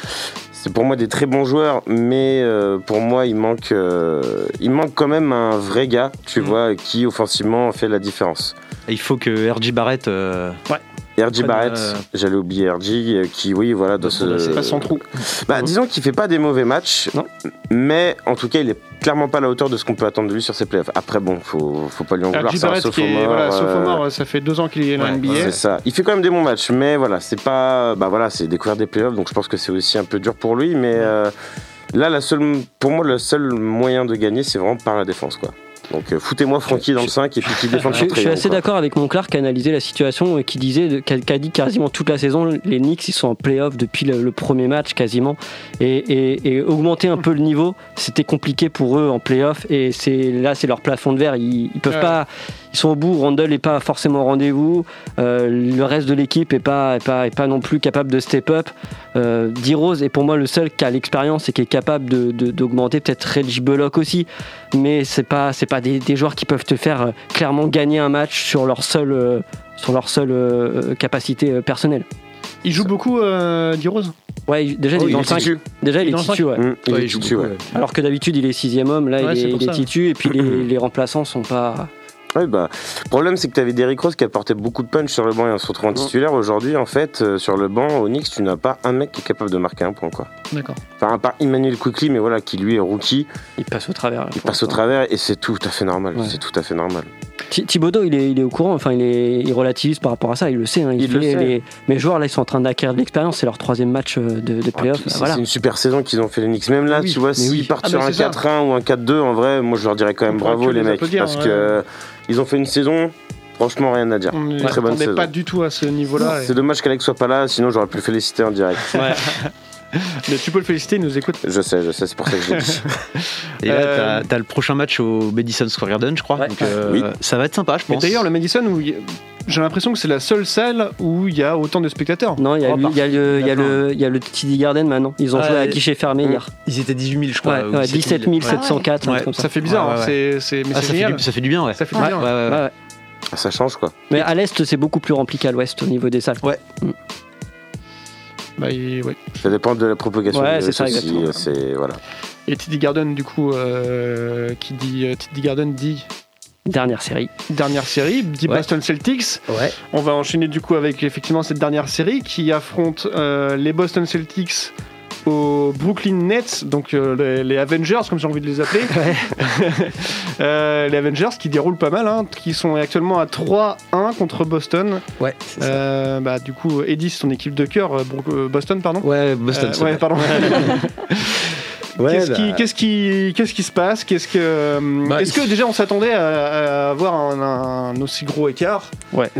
S8: c'est pour moi des très bons joueurs, mais euh, pour moi, il manque, euh, il manque quand même un vrai
S5: Mm.
S8: gars, tu vois, qui offensivement fait la différence.
S11: Et Il faut que RJ Barrett euh,
S5: Ouais.
S8: RG Barrett,
S11: euh,
S8: j'allais oublier RG, euh, qui, oui, voilà, dans
S11: bon, bah,
S8: ce.
S11: c'est pas son
S5: trou.
S8: Bah, disons qu'il fait pas des mauvais matchs, mais en tout cas, il est clairement pas à la hauteur de ce qu'on peut attendre de lui sur ses playoffs. Après, bon, faut, faut pas lui en vouloir.
S5: RJ
S8: C'est un
S5: Barrett, qui est,
S8: sophomore,
S5: voilà,
S8: euh,
S5: sophomore, ça fait deux ans qu'il est dans NBA.
S8: C'est ça. Il fait quand même des bons matchs, mais voilà, c'est pas. Bah voilà, c'est découvert des playoffs, donc je pense que c'est aussi un peu dur pour lui, mais euh, là, la seule, pour moi, le seul moyen de gagner, c'est vraiment par la défense, quoi. Donc euh, foutez-moi Francky dans le 5 et puis qu'il défende
S7: Je,
S8: son
S7: je suis
S8: trio,
S7: assez
S8: quoi.
S7: d'accord avec mon Clark qui a analysé la situation et qui disait, de- qui a, qui a dit quasiment toute la saison, les Knicks ils sont en playoff depuis le, le premier match quasiment. Et, et- et augmenter un peu le niveau, c'était compliqué pour eux en playoff. Et c'est là, c'est leur plafond de verre. Ils, ils peuvent
S5: Ouais.
S7: pas, ils sont au bout. Randall n'est pas forcément au rendez-vous. Euh, le reste de l'équipe est pas, est pas, est pas non plus capable de step up. Euh, D-Rose est pour moi le seul qui a l'expérience et qui est capable de- de- d'augmenter peut-être Reggie Bullock aussi, mais c'est pas c'est pas des, des joueurs qui peuvent te faire euh, clairement gagner un match sur leur seule euh, sur leur seule euh, capacité euh, personnelle.
S5: Il joue beaucoup, euh, D-Rose
S7: Ouais, il- déjà,
S8: Oh,
S7: il est
S8: il
S7: dans
S8: est
S7: le cinq.
S8: titu.
S7: Déjà,
S5: Il
S7: il
S5: est
S7: est
S5: dans le
S7: titu,
S5: cinq.
S7: ouais.
S8: Mmh, il
S11: Ouais,
S8: est
S11: il joue
S8: titu,
S11: beaucoup,
S8: ouais.
S11: ouais.
S7: Alors que d'habitude, il est sixième homme. Là,
S5: Ouais,
S7: il
S5: c'est
S7: est,
S5: pour
S7: il est
S5: ça.
S7: titu. Et puis, les, les remplaçants sont pas.
S8: Ouais, bah, le problème, c'est que tu avais Derrick Rose qui apportait beaucoup de punch sur le banc et on se retrouve en titulaire. Aujourd'hui, en fait, euh, sur le banc, au Knicks, tu n'as pas un mec qui est capable de marquer un point, quoi.
S5: D'accord.
S8: Enfin, à part Emmanuel Quickly, mais voilà, qui lui est rookie,
S7: Ils passent au travers.
S8: il passe au travers et c'est tout à fait normal.
S7: Ouais.
S8: C'est tout à fait normal.
S7: Thi- Thibodeau, il est, il est au courant. Enfin, il, est, il relativise par rapport à ça. Il le sait. hein.
S8: Il le
S7: fait-
S8: sait.
S7: les- mes joueurs, là, ils sont en train d'acquérir de l'expérience. C'est leur troisième match euh, de, de
S8: Ah, puis
S7: playoff.
S8: c'est
S7: Voilà.
S8: c'est une super saison qu'ils ont fait les Knicks. Même là,
S7: Oui,
S8: tu vois,
S7: mais
S8: s'ils
S7: oui.
S8: partent
S5: Ah,
S8: sur
S5: mais
S8: un
S5: c'est ça.
S8: 4-1 ou un 4-2, en vrai, moi, je leur dirais quand
S5: On
S8: même
S5: pourra
S8: bravo
S5: que
S8: les
S5: les
S8: mecs
S5: applaudir,
S8: parce
S7: hein,
S5: ouais.
S8: que euh, ils ont fait une saison. Franchement, rien à dire.
S5: On ne
S8: Très bonne
S5: s'attendait
S8: saison.
S5: pas du tout à ce niveau-là.
S8: C'est dommage qu'Alex soit pas là, sinon j'aurais pu le féliciter en direct.
S5: Mais tu peux le féliciter, il nous écoute.
S8: Je sais, je sais, c'est pour ça que je l'ai dit.
S11: Et là,
S5: Euh,
S11: t'as- t'as le prochain match au Madison Square Garden, je crois.
S7: Ouais.
S11: Donc, euh,
S8: Oui.
S11: Ça va être sympa, je
S5: Mais
S11: pense.
S5: d'ailleurs, le Madison, où il y a- j'ai l'impression que c'est la seule salle où il y a autant de spectateurs.
S7: Non, il y a,
S5: Oh,
S7: le- il y a le, il y a le, il y a le TD Garden maintenant. Ils ont
S11: Ah,
S7: joué à
S11: et-
S7: guichet fermé
S8: Mm.
S7: hier.
S11: ils étaient 18 000, je crois.
S7: Ouais,
S11: ou
S7: ouais, 17 704, un
S11: Ouais.
S7: truc comme ça.
S5: Ça fait bizarre,
S11: Ouais,
S5: hein,
S11: ouais,
S5: c'est- c'est- mais
S11: Ah,
S5: c'est
S11: ça, fait
S5: génial.
S11: du, ça fait du bien, ouais.
S5: Ça fait
S11: Ouais,
S5: du bien.
S11: ouais, ouais, ouais.
S7: Ouais, ouais.
S8: Ça change quoi.
S7: Mais à l'est, c'est beaucoup plus rempli qu'à l'ouest au niveau des salles.
S5: Bah, il- ouais.
S8: Ça dépend de la propagation
S7: Ouais,
S8: du
S7: c'est
S8: virus
S7: ça,
S8: aussi,
S7: exactement. Ah,
S8: euh, C'est voilà.
S5: Et TD Garden, du coup, euh, qui dit euh, TD Garden dit
S7: Dernière série.
S5: dernière série, dit
S7: Ouais.
S5: Boston Celtics.
S7: Ouais.
S5: On va enchaîner du coup avec effectivement cette dernière série qui affronte euh, les Boston Celtics aux Brooklyn Nets, donc euh, les, les Avengers comme j'ai envie de les appeler. Euh, les Avengers qui déroulent pas mal, hein, qui sont actuellement à 3-1 contre Boston.
S11: Ouais, c'est ça.
S5: Euh, bah, du coup, Eddie, c'est son équipe de cœur, euh, Bro- euh, Boston, pardon.
S11: Ouais, Boston.
S5: Euh,
S11: c'est
S5: ouais,
S11: vrai.
S5: pardon.
S11: Ouais,
S5: qu'est-ce, qui,
S11: bah,
S5: qu'est-ce, qui, qu'est-ce qui se passe qu'est-ce que, euh,
S11: Bah,
S5: Est-ce que
S11: il-
S5: déjà on s'attendait à, à avoir un, un aussi gros écart
S11: Ouais.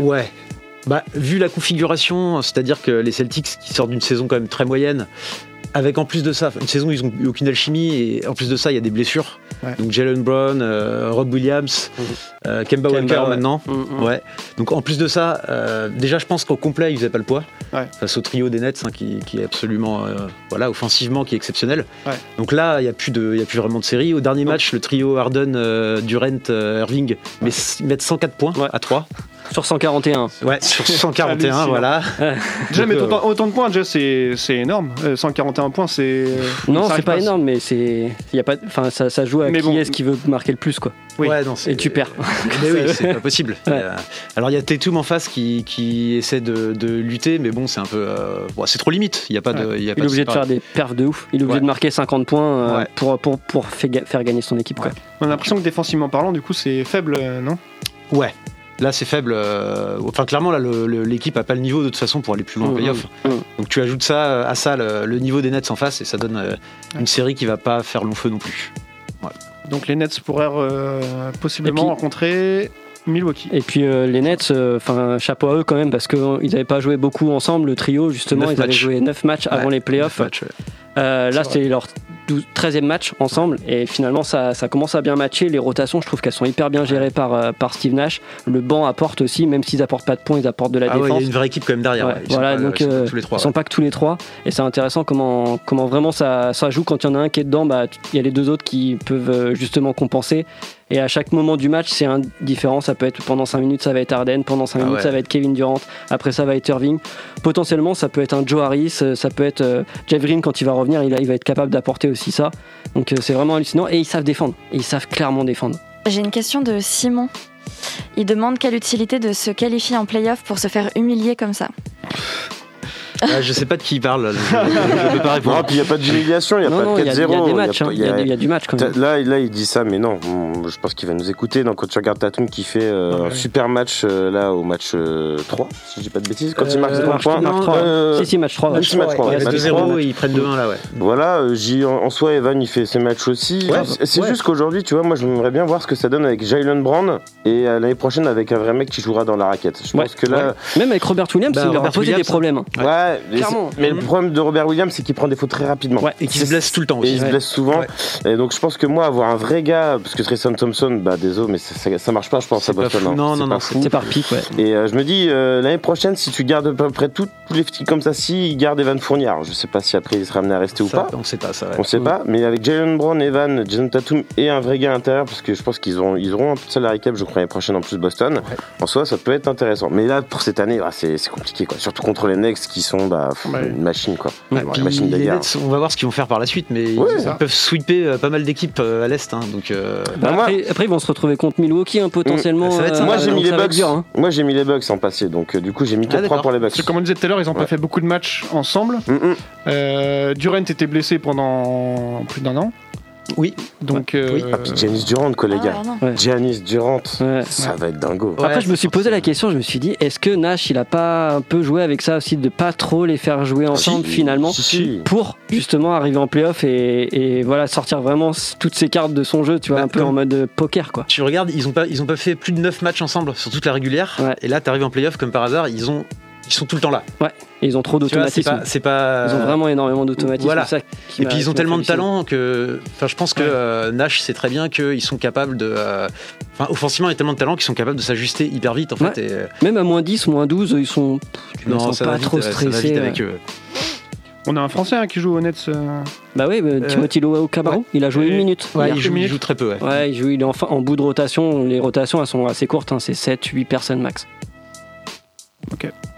S11: Bah, vu la configuration, c'est-à-dire que les Celtics qui sortent d'une saison quand même très moyenne, avec en plus de ça, une saison où ils n'ont eu aucune alchimie, et en plus de ça, il y a des blessures.
S5: Ouais.
S11: Donc Jalen Brown, euh, Rob Williams, euh, Kemba,
S7: Kemba,
S11: Walker
S7: ouais.
S11: maintenant.
S7: Mm, mm.
S11: Ouais. Donc en plus de ça, euh, déjà je pense qu'au complet, ils faisaient pas le poids
S5: Ouais.
S11: face au trio des Nets, hein, qui, qui est absolument, euh, voilà, offensivement, qui est exceptionnel.
S5: Ouais.
S11: Donc là, il n'y a, plus de- il y a plus vraiment de série. Au dernier match, le trio Harden, euh, Durant, euh, Irving, mais ils mettent 104 points
S7: Ouais.
S11: à 3.
S7: Sur 141.
S11: Ouais, sur 141,
S5: Hallucinant.
S11: voilà.
S5: Déjà,
S11: Donc,
S5: mettre
S11: euh,
S5: autant, autant de points, déjà, c'est, c'est énorme. Euh, 141 points, c'est.
S7: Non,
S5: ça
S7: c'est
S5: arrive
S7: pas énorme, mais c'est, y a pas, enfin, ça, ça joue à
S5: Mais
S7: qui
S5: bon.
S7: est-ce qui veut marquer le plus, quoi.
S5: Oui.
S11: Ouais, non, c'est-
S7: Et tu perds.
S11: Mais oui, c'est pas possible.
S7: Ouais.
S11: Euh, alors il y a Tatum en face qui, qui essaie de, de lutter, mais bon, c'est un peu, euh, bon, c'est trop limite. Il y a pas de, il y a pas
S7: Il est obligé de faire des perfs de ouf. Il est obligé
S11: Ouais.
S7: de marquer 50 points euh,
S11: Ouais.
S7: pour, pour, pour fait ga- faire gagner son équipe, quoi.
S5: On a l'impression que défensivement parlant, du coup, c'est faible, euh, non
S11: Ouais. Là, c'est faible. euh, Enfin, clairement, là, le- le- l'équipe a pas le niveau de toute façon pour aller plus loin en
S7: Mm,
S11: playoff.
S7: mm, mm.
S11: Donc, tu ajoutes ça euh, à ça le, le niveau des Nets en face et ça donne euh, une série qui va pas faire long feu non plus.
S5: Donc les Nets pourraient euh, possiblement
S7: Et puis-
S5: rencontrer Milwaukee.
S7: Et puis euh, les Nets, enfin chapeau à eux quand même parce qu'ils n'avaient pas joué beaucoup ensemble, le trio justement,
S11: Neuf
S7: ils avaient
S11: matchs.
S7: joué 9 matchs avant
S11: Ouais,
S7: les playoffs.
S11: Match, ouais.
S7: Euh, là
S5: C'est
S7: c'était leur 12 13e match ensemble et finalement ça, ça commence à bien matcher. Les rotations, je trouve qu'elles sont hyper bien gérées par, euh, par Steve Nash. Le banc apporte aussi, même s'ils apportent pas de points, ils apportent de la
S11: Ah ouais, il
S7: défense.
S11: y a une vraie équipe quand même derrière.
S7: Ouais,
S11: ouais. Ils sont
S7: voilà,
S11: pas-
S7: donc
S11: ils sont pas
S7: euh,
S11: tous les trois.
S7: ils sont pas que tous les trois, et c'est intéressant comment, comment vraiment ça, ça joue quand il y en a un qui est dedans, bah, tu- il y a les deux autres qui peuvent euh, justement compenser. Et à chaque moment du match, c'est indifférent. Ça peut être pendant 5 minutes, ça va être Arden, pendant 5
S11: Ah
S7: minutes,
S11: ouais.
S7: ça va être Kevin Durant, après ça va être Irving. Potentiellement, ça peut être un Joe Harris, euh, ça peut être euh, Jeff Green quand il va revenir, il, a- il va être capable d'apporter aussi ça. Donc euh, c'est vraiment hallucinant. Et ils savent défendre, et ils savent clairement défendre.
S10: J'ai une question de Simon. Il demande quelle utilité de se qualifier en playoff pour se faire humilier comme ça.
S11: Ah, je sais pas de qui il parle. là, Je, je peux pas répondre.
S8: Non, puis il n'y a pas d'humiliation, il n'y a
S7: Non,
S8: pas
S7: non,
S8: de
S7: il y a-
S8: 4-0.
S7: il y a des
S8: il y a
S7: matchs,
S8: pas-
S7: hein, il y a- il y a du match quand même.
S8: Là, là, il dit ça, mais non, on- je pense qu'il va nous écouter. Donc, quand tu regardes Tatoun qui fait euh, un super match euh, là au match euh, 3, si je dis pas de bêtises, quand il marque
S7: Euh,
S8: 3 points.
S7: non,
S8: Euh,
S7: Si, si, match 3.
S8: oui, c'est match 3,
S11: Il
S8: ouais,
S11: reste
S8: match 3.
S11: 2-0 et ils prennent 2-1 là, ouais.
S8: Voilà, euh, j'y- en en soi, Evan, il fait ses matchs aussi.
S11: Ouais,
S8: Enfin, c'est- c'est
S11: ouais.
S8: juste qu'aujourd'hui, tu vois, moi, j'aimerais bien voir ce que ça donne avec Jalen Brown et euh, l'année prochaine avec un vrai mec qui jouera dans la raquette. Je
S7: Ouais,
S8: pense que là.
S7: Même avec Robert Williams,
S11: Bah,
S7: il leur a
S11: Robert
S7: posé
S11: Williams,
S7: des problèmes. hein.
S8: Ouais, mais,
S7: Clairement.
S8: c'est- mais le problème de Robert Williams, c'est qu'il prend des fautes très rapidement.
S11: Mm-hmm. Ouais, et qui se blesse tout le temps
S8: Et
S11: aussi.
S8: il se blesse souvent. Et donc je pense que moi, avoir un vrai gars, parce que Tristan Thompson, bah désolé, mais ça, ça, ça marche pas, je pense, à
S11: C'est pas
S8: Boston.
S11: fou.
S8: hein.
S11: Non,
S8: C'est
S11: non,
S8: pas
S11: non,
S8: fou.
S7: C'est par pic, ouais.
S8: Et euh, je me dis, euh, l'année prochaine, si tu gardes à peu près tous tous les petits comme ça, si il garde Evan Fournier, je sais pas si après il sera amené à rester ou
S11: Ça,
S8: pas.
S11: On sait pas, ça. ouais.
S8: On sait pas, mais avec Jalen Brown, Evan, Jason Tatum et un vrai gars à l'intérieur, parce que je pense qu'ils auront, ils auront un peu de salary cap, je crois, l'année prochaine en plus Boston. En soi, ça peut être intéressant. Mais là, pour cette année, bah, c'est c'est compliqué, quoi. Surtout contre les Next qui sont bah, pff,
S5: Ouais.
S8: une machine, quoi.
S11: Ouais,
S8: Une
S11: puis
S8: machine
S11: les
S8: de guerre.
S11: Nets, on va voir ce qu'ils vont faire par la suite, mais
S8: Ouais,
S11: ils,
S8: ça.
S11: peuvent sweeper euh, pas mal d'équipes euh, à l'Est. hein, donc, euh,
S7: Bah,
S8: Bah, moi-
S7: après, après, ils vont se retrouver contre Milwaukee hein, potentiellement.
S11: Ça va être
S7: euh,
S11: sympa.
S8: Moi j'ai
S7: donc
S8: mis les
S7: ça va
S8: bucks.
S7: être dur, hein.
S8: Moi j'ai mis les bucks en passé, donc euh, du coup j'ai mis 4 3
S11: Ah, d'accord.
S8: pour les
S5: Parce que
S8: bucks.
S5: comme on disait tout à l'heure, ils n'ont
S8: Ouais.
S5: pas fait beaucoup de matchs ensemble.
S8: Mm, mm.
S5: Euh, Durant était blessé pendant plus d'un an.
S11: Oui.
S5: Donc, euh,
S11: Oui.
S8: Ah puis Giannis Durant quoi les
S10: Ah,
S8: gars.
S10: non.
S7: Ouais.
S8: Giannis Durant,
S7: Ouais.
S8: ça va être dingo.
S11: Ouais,
S7: Après, je me suis posé la
S11: forcément.
S7: question, je me suis dit, est-ce que Nash, il a pas un peu joué avec ça aussi, de pas trop les faire jouer
S11: Ah,
S7: ensemble
S8: Si,
S7: finalement,
S8: si, si.
S7: pour justement arriver en playoff et, et voilà sortir vraiment s- toutes ses cartes de son jeu, tu vois,
S11: Bah,
S7: un peu
S11: comme-
S7: en mode euh, poker quoi.
S11: Tu regardes, ils ont pas, ils ont pas fait plus de 9 matchs ensemble sur toute la régulière.
S7: Ouais.
S11: Et là, t'arrives en playoff comme par hasard, ils ont, ils sont tout le temps là.
S7: Et ils ont trop
S11: Tu vois, c'est
S7: d'automatisme.
S11: pas, c'est pas-
S7: Ils ont vraiment énormément d'automatisme.
S11: Voilà.
S7: c'est ça qui
S11: Et
S7: m'a-
S11: puis ils ont
S7: qui m'a
S11: tellement de
S7: fait halluciner.
S11: talent que, enfin, je pense que euh, Nash sait très bien qu'ils sont capables de, euh, enfin, offensivement, il y a tellement de talent qu'ils sont capables de s'ajuster hyper vite en
S7: Ouais.
S11: fait. Et, euh,
S7: Même à moins 10, moins 12, ils sont pff, tu les sens pas
S11: va vite,
S7: trop
S11: euh, ça va
S7: stressés.
S11: vite
S7: ouais.
S11: avec eux.
S5: on a un Français hein, qui joue au Nets. euh,
S7: Bah oui, bah, Timothy Loa Cabarro, il a joué
S5: Et-
S7: une minute.
S11: Ouais,
S7: hier.
S11: ils jouent, ils
S5: minutes.
S11: jouent très peu. Ouais.
S7: Ouais, il joue, il est en, fin- en bout de rotation. Les rotations, elles sont assez courtes, hein, c'est 7, 8 personnes max.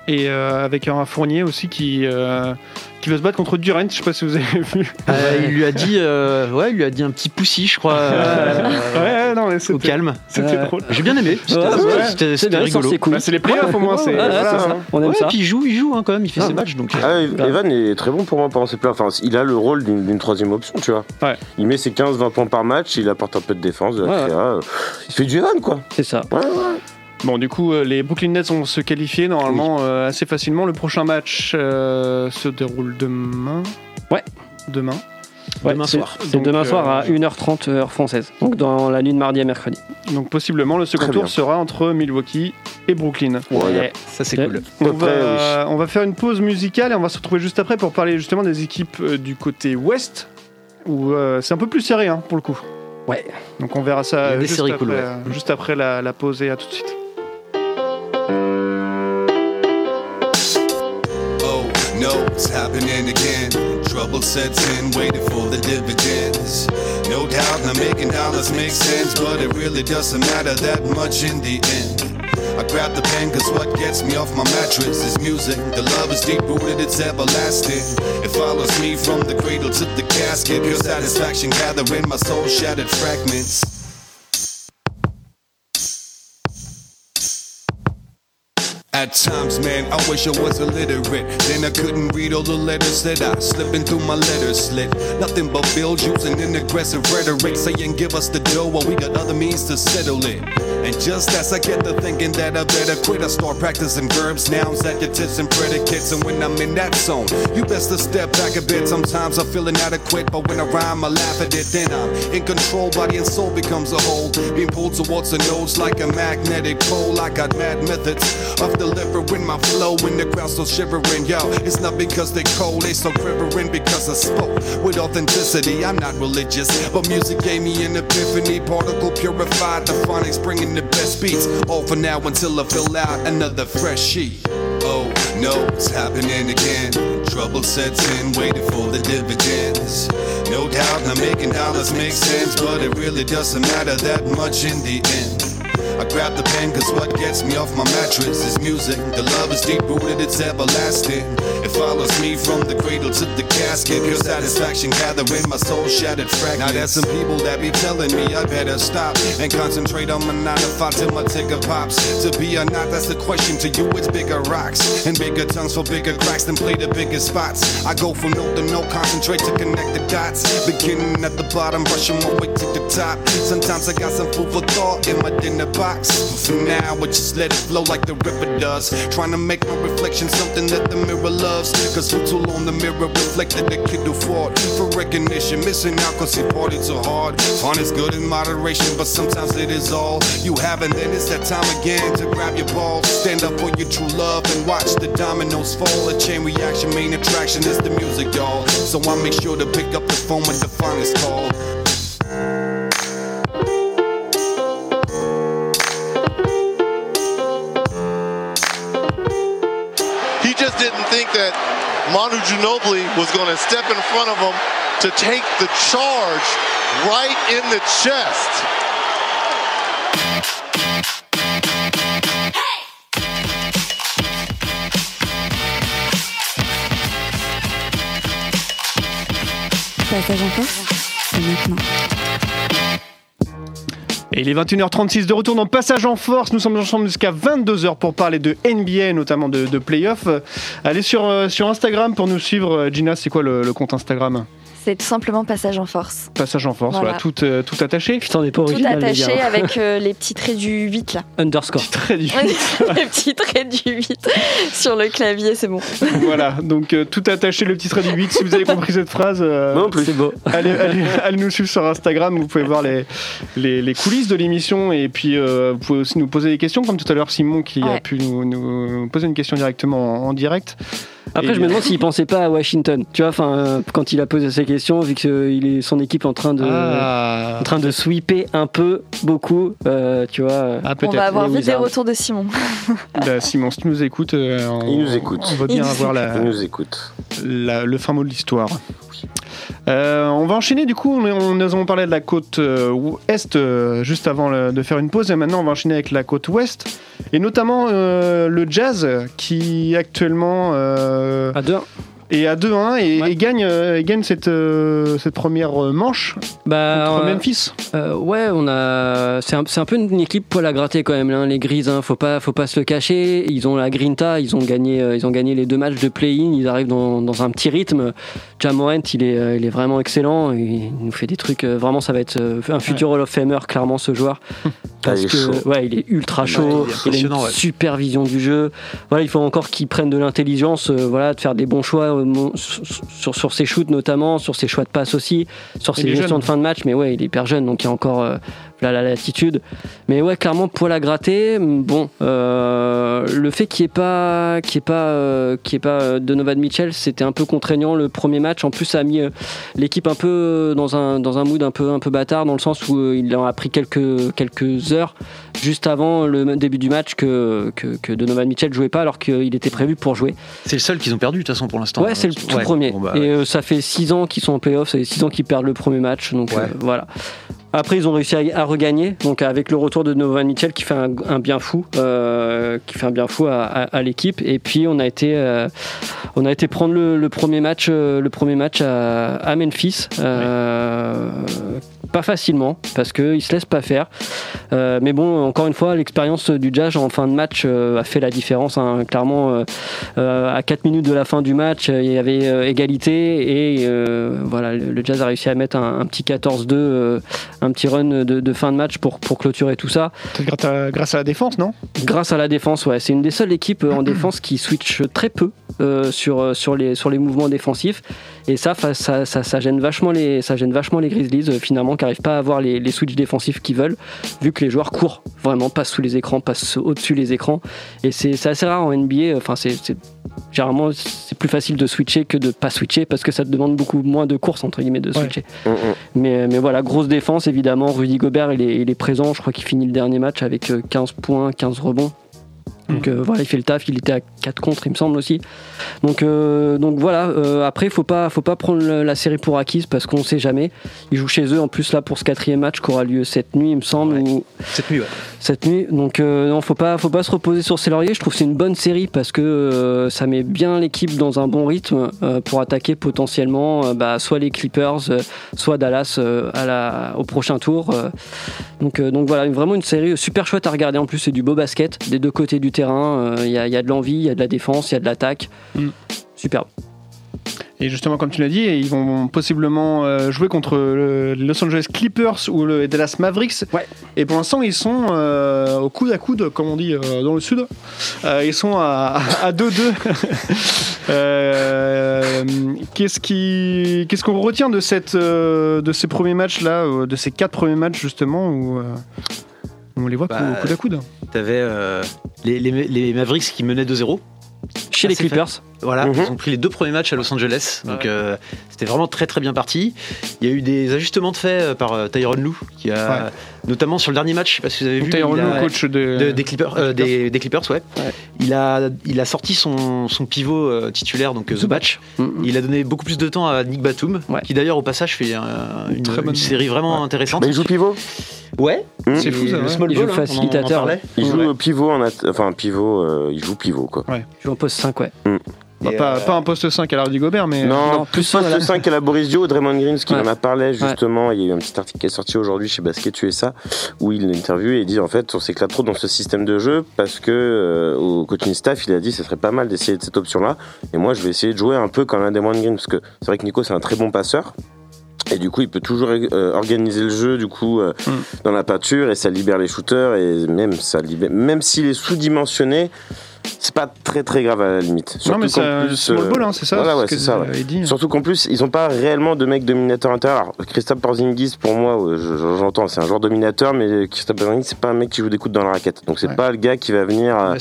S5: Et euh, avec un Fournier aussi qui, euh, qui veut se battre contre Durant, je sais pas si vous avez vu.
S11: Euh, il lui a dit, euh, ouais, il lui a dit un petit poussi, je crois, euh,
S5: Ouais, ouais, non, mais
S11: au
S5: c'était
S11: calme. Euh,
S5: c'était
S7: Ouais.
S5: drôle.
S11: J'ai bien aimé. C'était-
S7: Ouais,
S5: ouais.
S11: C'était c'était
S7: bien,
S11: rigolo.
S7: c'est cool.
S5: Bah, c'est les playoffs au moins, c'est.
S7: Ouais, ouais,
S5: voilà,
S7: c'est ça.
S5: hein.
S7: On aime
S11: Ouais,
S7: ça.
S11: puis il joue, il joue hein, quand même. Il fait
S7: Ah.
S11: ses matchs, donc.
S8: Ah,
S11: euh,
S7: grave.
S8: Evan est très bon pour moi pendant ses playoffs. Enfin, il a le rôle d'une d'une troisième option, tu vois.
S5: Ouais.
S8: Il met ses 15-20 points par match, il apporte un peu de défense, de la
S7: Ouais, ouais.
S8: créa. euh, Il fait du Evan, quoi.
S7: C'est ça.
S8: Ouais, ouais.
S5: Bon, du coup, euh, les Brooklyn Nets vont se qualifier normalement euh, assez facilement. Le prochain match euh, se déroule demain.
S7: Ouais.
S5: Demain.
S11: Demain
S7: c'est-
S11: soir.
S7: C'est
S5: Donc,
S7: demain
S5: euh,
S7: soir à 1h30 heure euh, française. Donc dans la nuit de mardi à mercredi.
S5: Donc, possiblement, le second
S8: Très
S5: tour
S8: bien.
S5: sera entre Milwaukee et Brooklyn.
S8: Ouais, il y a-
S11: Ça, c'est
S7: Ouais.
S11: cool.
S5: On
S8: Peu près,
S5: va, on va faire une pause musicale et on va se retrouver juste après pour parler justement des équipes euh, du côté ouest où euh, c'est un peu plus serré hein, pour le coup.
S7: Ouais.
S5: Donc on verra
S11: Il y a
S5: ça
S11: des
S5: juste
S11: séries
S5: après,
S11: cool, ouais.
S5: euh, juste après la, la pause et à tout de suite.
S1: Oh, no, it's happening again. Trouble sets in, waiting for the dividends. No doubt, not making dollars make sense, but it really doesn't matter that much in the end. I grab the pen, cause what gets me off my mattress is music. The love is deep rooted, it's everlasting. It follows me from the cradle to the casket. Pure satisfaction gathering my soul shattered fragments. At times, man, I wish I was illiterate. Then I couldn't read all the letters that I slipping through my letter slit. Nothing but bills using an aggressive rhetoric, saying give us the dough while we got other means to settle it. And just as I get to thinking that I better quit, I start practicing verbs, nouns, adjectives, and predicates. And when I'm in that zone, you best to step back a bit. Sometimes I feel inadequate, but when I rhyme, I laugh at it. Then I'm in control, body and soul becomes a whole. Being pulled towards the nose like a magnetic pole. I got mad methods of delivering my flow when the crowd's so shivering. Yo, it's not because they cold, they so quivering because I spoke with authenticity. I'm not religious, but music gave me an epiphany. Particle purified, the phonics bringing the best beats. All for now until I fill out another fresh sheet. Oh no, it's happening again. Trouble sets in, waiting for the dividends. No doubt, not making dollars make sense, but it really doesn't matter that much in the end. I grab the pen cause what gets me off my mattress is music. The love is deep rooted, it's everlasting. It follows me from the cradle to the casket. Pure satisfaction gathering my soul shattered fragments. Now there's some people that be telling me I better stop and concentrate on my nine to five till my ticker pops. To be or not, that's the question to you. It's bigger rocks and bigger tongues for bigger cracks than play the bigger spots. I go from note to note, concentrate to connect the dots. Beginning at the bottom, brushing my way to the top. Sometimes I got some food for thought in my dinner box. For now, I just let it flow like the river does. Trying to make my reflection something that the mirror loves. Cause who too long the mirror reflected the kid who fought for recognition. Missing out cause he partied too hard. Fun is good in moderation, but sometimes it is all you have. And then it's that time again to grab your ball. Stand up for your true love and watch the dominoes fall. A chain reaction, main attraction is the music, y'all. So I make sure to pick up the phone when the phone is called.
S12: He just didn't think that Manu Ginobili was going to step in front of him to take the charge right in the chest.
S13: Passage en force, c'est maintenant.
S5: Et il est 21h36 de retour dans Passage en Force. Nous sommes ensemble jusqu'à 22h pour parler de NBA, notamment de, de playoffs. Euh, Allez sur, euh, sur Instagram pour nous suivre. Euh, Gina, c'est quoi le, le compte Instagram
S10: C'est tout simplement passage en force.
S5: Passage en Force,
S10: Voilà.
S5: voilà, tout, euh, tout attaché.
S7: Putain, on est pas
S10: Tout attaché avec euh, les petits traits du 8 là.
S7: hein. Underscore.
S5: Très dur.
S10: les petits traits du 8 sur le clavier, c'est bon.
S5: voilà, donc euh, tout attaché, le petit trait du 8. Si vous avez compris cette phrase, euh,
S7: C'est beau.
S5: allez, allez- allez nous suivre sur Instagram. Vous pouvez voir les, les, les coulisses de l'émission. Et puis, euh, vous pouvez aussi nous poser des questions, comme tout à l'heure Simon qui a
S10: Ouais.
S5: pu nous, nous poser une question directement en, en direct.
S7: Après,
S5: Et-
S7: je me demande s'il pensait pas à Washington. Tu vois, enfin, euh, quand il a posé ses questions, vu que euh, il est, son équipe est en train de,
S5: Ah.
S7: en train de sweeper un peu, beaucoup, euh, tu vois. euh,
S5: Ah,
S10: On
S5: peut-être.
S10: va avoir
S7: les
S10: vite des
S7: Wizards.
S10: retours de Simon.
S5: Bah, Simon, si tu nous écoutes, euh, on,
S8: Il nous écoute.
S5: on va bien
S10: Il nous
S5: avoir la,
S8: Il nous écoute.
S5: la- le fin mot de l'histoire. Euh, on va enchaîner du coup, on, on- nous avons parlé de la côte euh, ou- est euh, juste avant le- de faire une pause et maintenant on va enchaîner avec la côte ouest et notamment euh, le jazz qui actuellement euh,
S7: À deux.
S5: est à 2-1 et,
S7: Ouais.
S5: et gagne, euh, et gagne cette, euh, cette première euh, manche
S7: Bah,
S5: contre
S7: euh,
S5: Memphis.
S7: Euh, ouais, on a. C'est un, c'est un peu une équipe poil à gratter quand même, hein, les Grises. Hein, faut pas, faut pas se le cacher. Ils ont la Grinta. Ils ont gagné, euh, ils ont gagné les deux matchs de play-in. Ils arrivent dans, dans un petit rythme. Jamorant, il est, euh, il est vraiment excellent. Il nous fait des trucs. euh, vraiment, ça va être euh, un futur Hall of Famer, clairement, ce joueur. Parce
S8: il est
S7: que
S8: chaud.
S7: ouais, il est ultra
S11: il est
S7: chaud. il a une
S11: impressionnant, ouais.
S7: super vision du jeu. Voilà, il faut encore qu'il prenne de l'intelligence. euh, voilà, de faire des bons choix euh, mon- sur, sur- sur ses shoots notamment, sur ses choix de passe aussi, sur
S5: Il
S7: ses
S5: est
S7: gestions
S5: jeune.
S7: de fin de match. Mais ouais, il est hyper jeune, donc il y a encore. euh, la la latitude. Mais ouais, clairement, poil à gratter. Bon, euh, le fait qu'il n'y ait pas, qu'il y ait pas, euh, qu'il y ait pas euh, Donovan Mitchell, c'était un peu contraignant le premier match. En plus, ça a mis euh, l'équipe un peu euh, dans un, dans un mood un peu, un peu bâtard, dans le sens où euh, il en a pris quelques, quelques heures juste avant le début du match que, que, que Donovan Mitchell jouait pas alors qu'il était prévu pour jouer.
S11: C'est le seul qu'ils ont perdu de toute façon pour l'instant. hein,
S7: Ouais, c'est le tout
S11: Ouais.
S7: premier.
S11: Bon, bah,
S7: Et euh, ça fait 6 ans qu'ils sont en playoff, ça fait 6 ans qu'ils perdent le premier match. Donc euh, voilà. Après, ils ont réussi à, à regagner, donc avec le retour de Donovan Mitchell qui fait un, un bien fou, euh, qui fait un bien fou à, à- à l'équipe. Et puis on a été, euh, on a été prendre le, le premier match, euh, le premier match à, à Memphis, euh, pas facilement parce qu'ils se laissent pas faire. Euh, mais bon, encore une fois, l'expérience du Jazz en fin de match euh, a fait la différence. hein. Clairement, euh, euh, à 4 minutes de la fin du match, euh, il y avait euh, égalité et euh, voilà, le le Jazz a réussi à mettre un, un petit 14-2, euh, un petit run de, de fin de match pour, pour clôturer tout ça.
S5: Peut-être grâce à, grâce à la défense, non
S7: Grâce à la défense, ouais, c'est une des seules équipes euh, en défense qui switch très peu euh, sur, euh, sur, les, sur les mouvements défensifs et ça, fa- ça, ça, ça gêne vachement les, ça gêne vachement les Grizzlies euh, finalement qui n'arrivent pas à avoir les, les switches défensifs qu'ils veulent vu que les joueurs courent vraiment, passent sous les écrans, passent au-dessus les écrans et c'est c'est assez rare en NBA, enfin c'est c'est- généralement c'est plus facile de switcher que de pas switcher parce que ça te demande beaucoup moins de courses entre guillemets de
S5: Ouais.
S7: switcher. Mais, mais voilà, grosse défense évidemment. Rudy Gobert, il est, il est présent. Je crois qu'il finit le dernier match avec euh, 15 points, 15 rebonds. Donc euh, voilà, il fait le taf. Il était à 4 contre, il me semble aussi. Donc, euh, donc voilà. euh, après, faut pas, faut pas prendre le- la série pour acquise parce qu'on sait jamais. Ils jouent chez eux en plus là pour ce quatrième match qui aura lieu cette nuit, il me semble. ou-
S11: Cette nuit, ouais.
S7: cette nuit. Donc euh, non, faut pas, faut pas se reposer sur ses lauriers. Je trouve que c'est une bonne série parce que euh, ça met bien l'équipe dans un bon rythme euh, pour attaquer potentiellement euh, bah, soit les Clippers, euh, soit Dallas euh, à la, au prochain tour. euh. Donc, euh, donc voilà, vraiment une série super chouette à regarder. En plus, c'est du beau basket des deux côtés du terrain. Euh, Il y, a, il y a de l'envie, il y a de la défense, il y a de l'attaque.
S8: Mm.
S7: Superbe.
S5: Et justement, comme tu l'as dit, ils vont possiblement euh, jouer contre le Los Angeles Clippers ou le Dallas Mavericks. Et pour l'instant, ils sont euh, au coude à coude, comme on dit euh, dans le sud. Euh, ils sont à à 2-2. Euh, Qu'est-ce qui- qu'est-ce qu'on retient de, cette, euh, de ces premiers matchs-là, euh, de ces quatre premiers matchs justement, où euh, on les voit cou-
S11: Bah,
S5: coude à coude
S11: T'avais euh, les, les- les Mavericks qui menaient 2-0.
S7: Chez
S8: Ah,
S7: les
S11: Assez
S7: Clippers.
S11: fa- Voilà,
S7: Mhm.
S11: ils ont pris les deux premiers matchs à Los Angeles. Donc euh, c'était vraiment très très bien parti. Il y a eu des ajustements de fait euh, par euh, Tyronn Lue, qui a,
S5: Ouais.
S11: notamment sur le dernier match, je sais pas si vous avez vu.
S5: Tyronn
S11: il a-
S5: Lue, coach de-
S11: des Clippers, euh, des, des Clippers, ouais. Il, a, il a sorti son, son pivot euh, titulaire, donc euh, Zubac.
S7: Mm,
S11: Il a donné beaucoup plus de temps à Nick Batum, qui d'ailleurs au passage fait euh, une, une
S8: bonne-
S11: série vraiment intéressante.
S8: Mais il joue pivot
S11: Ouais,
S8: C'est fou, ça, ouais.
S11: hein.
S8: Il
S7: hein,
S8: joue
S11: facilitateur.
S8: Il joue au pivot, en att- enfin pivot, euh, il joue pivot quoi.
S7: Je vous en pose 5, ouais.
S8: Mm.
S5: Bah, pas, pas un poste 5 à l'heure du Gobert, mais.
S8: non, plus
S5: un
S8: poste 5 à la Boris Dio, Draymond Green, ce qu'il
S5: Ouais.
S8: en a parlé justement. Il y a eu un petit article qui est sorti aujourd'hui chez Basket USA où il l'interview et il dit en fait on s'éclate trop dans ce système de jeu parce que euh, au coaching staff il a dit ce serait pas mal d'essayer de cette option là et moi je vais essayer de jouer un peu comme un Draymond Green parce que c'est vrai que Nico c'est un très bon passeur. Et du coup, il peut toujours euh, organiser le jeu du coup euh,
S5: Mm.
S8: dans la peinture et ça libère les shooters et même ça libère, même s'il est sous-dimensionné, c'est pas très très grave à la limite.
S5: Non, mais
S8: qu'en
S5: c'est, euh, small ball, hein, c'est ça,
S8: voilà,
S5: c'est
S8: ouais,
S5: ce que
S8: c'est ça,
S5: vous
S8: ouais.
S5: avez
S11: Mm.
S5: dit. hein.
S8: Surtout qu'en plus, ils n'ont pas réellement de mec dominateur intérieur. Alors, Christophe Porzingis, pour moi, ouais, je- je- j'entends, c'est un joueur dominateur, mais Christophe Porzingis, c'est pas un mec qui joue des coups dans la raquette. Donc c'est pas le gars qui va venir euh,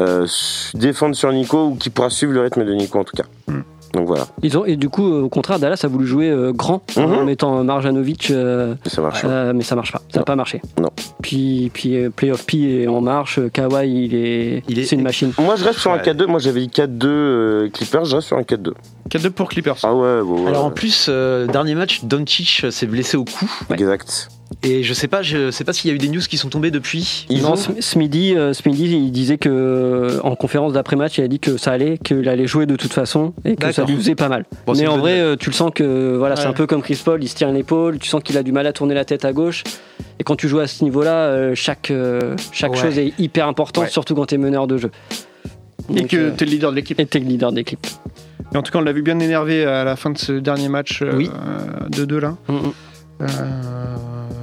S8: euh, s- défendre sur Nico ou qui pourra suivre le rythme de Nico en tout cas.
S11: Mm.
S8: Donc voilà.
S7: Ils ont, et du coup, euh, au contraire, Dallas a voulu jouer euh, grand en mettant Marjanovic. euh,
S8: ça marche
S7: euh, mais ça marche pas. Ça n'a pas marché.
S8: Non.
S7: Puis, puis euh, Playoff P est en marche. euh, Kawhi, il est, c'est une machine.
S8: Moi, je reste sur un 4-2. Moi, j'avais dit 4-2 euh, Clippers, je reste sur un 4-2.
S5: 4-2 pour Clippers.
S8: Ah ouais, ouais, ouais.
S11: Alors en plus, euh, dernier match, Doncic euh, s'est blessé au cou.
S8: Exact.
S11: Et je sais pas, je sais pas s'il y a eu des news qui sont tombées depuis.
S7: Non, ce, ce midi, euh, ce midi, il disait que euh, en conférence d'après-match, il a dit que ça allait, qu'il allait jouer de toute façon et que ça
S11: D'accord.
S7: lui faisait pas mal.
S11: Bon, c'est
S7: Mais
S11: une
S7: en
S11: bonne
S7: vrai, euh, tu le sens que voilà, c'est
S11: Ouais.
S7: un peu comme Chris Paul, il se tient l'épaule, tu sens qu'il a du mal à tourner la tête à gauche. Et quand tu joues à ce niveau-là, euh, chaque, euh, chaque
S5: Ouais.
S7: chose est hyper importante,
S5: Ouais.
S7: surtout quand tu es meneur de jeu.
S5: Et que t'es
S7: le
S5: leader de l'équipe.
S7: Et t'es le leader de l'équipe.
S5: Mais euh, en tout cas, on l'a vu bien énervé à la fin de ce dernier match euh,
S7: Oui.
S5: de 2 là. Euh,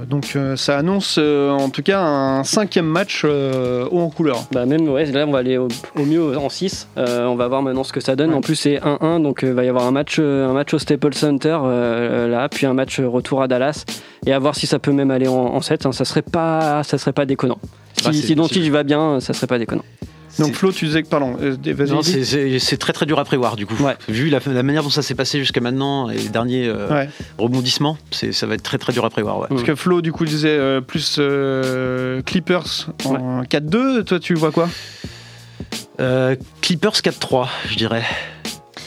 S5: donc euh, ça annonce euh, en tout cas un cinquième match euh, haut en couleur.
S7: Bah même ouais, là on va aller au, au mieux euh, en 6. on va voir maintenant ce que ça donne. En plus c'est 1-1, donc il va y avoir un match, euh, un match au Staples Center euh, là, puis un match euh, retour à Dallas, et à voir si ça peut même aller en, 7. Ça serait pas, ça serait pas déconnant. Si,
S11: Ah, c'est
S7: si Doncic
S11: possible.
S7: va bien, ça serait pas déconnant.
S5: Donc Flo, tu disais que pardon, euh, vas-y.
S11: Non,
S5: dis.
S11: c'est- c'est c'est très très dur à prévoir du coup. Vu la, la manière dont ça s'est passé jusqu'à maintenant et les derniers euh,
S5: Ouais.
S11: rebondissements, c'est- ça va être très très dur à prévoir. ouais.
S5: Parce que Flo du coup disait euh, plus euh, Clippers en 4-2, toi tu vois quoi
S11: Euh, Clippers 4-3, je dirais.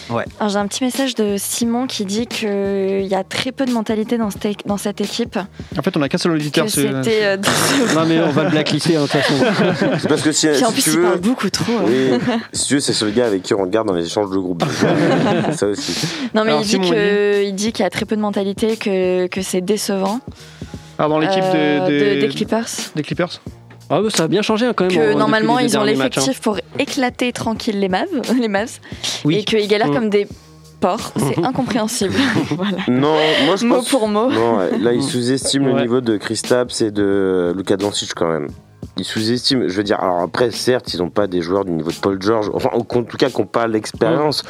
S11: Ouais.
S10: Alors, J'ai un petit message de Simon qui dit qu'il y a très peu de mentalité dans cette, é- dans cette équipe.
S5: En fait on a qu'un seul auditeur.
S10: Que
S5: c'est-
S10: c'était, euh,
S7: Non mais on va le blacklister hein, de toute façon.
S8: C'est parce que si,
S10: Puis en
S8: si
S10: plus,
S8: tu
S10: il
S8: veux.
S10: parle beaucoup trop, hein.
S8: Oui, si tu veux, c'est ce gars avec qui on regarde dans les échanges de groupe. ça aussi.
S10: Non, mais il dit, que, il dit qu'il y a très peu de mentalité, que, que c'est décevant.
S5: Ah, dans l'équipe de-
S10: Euh, de-
S5: des-
S10: des Clippers
S5: Des Clippers.
S7: Ah bah, ça a bien changé hein, quand même. en-
S10: que
S7: depuis
S10: normalement
S7: les deux
S10: ils ont
S7: derniers matchs,
S10: l'effectif
S7: hein.
S10: pour éclater tranquille les Mavs, les Mavs
S7: Oui.
S10: et qu'ils galèrent
S7: Mm.
S10: comme des porcs, c'est incompréhensible. Voilà.
S8: Non, moi je
S10: Mot
S8: pense-
S10: pour mot.
S8: Non, ouais, là il sous-estime le niveau de Kristaps et de Luka Doncic quand même. Il sous-estime, je veux dire, alors après certes ils n'ont pas des joueurs du niveau de Paul George, enfin en tout cas qui n'ont pas l'expérience,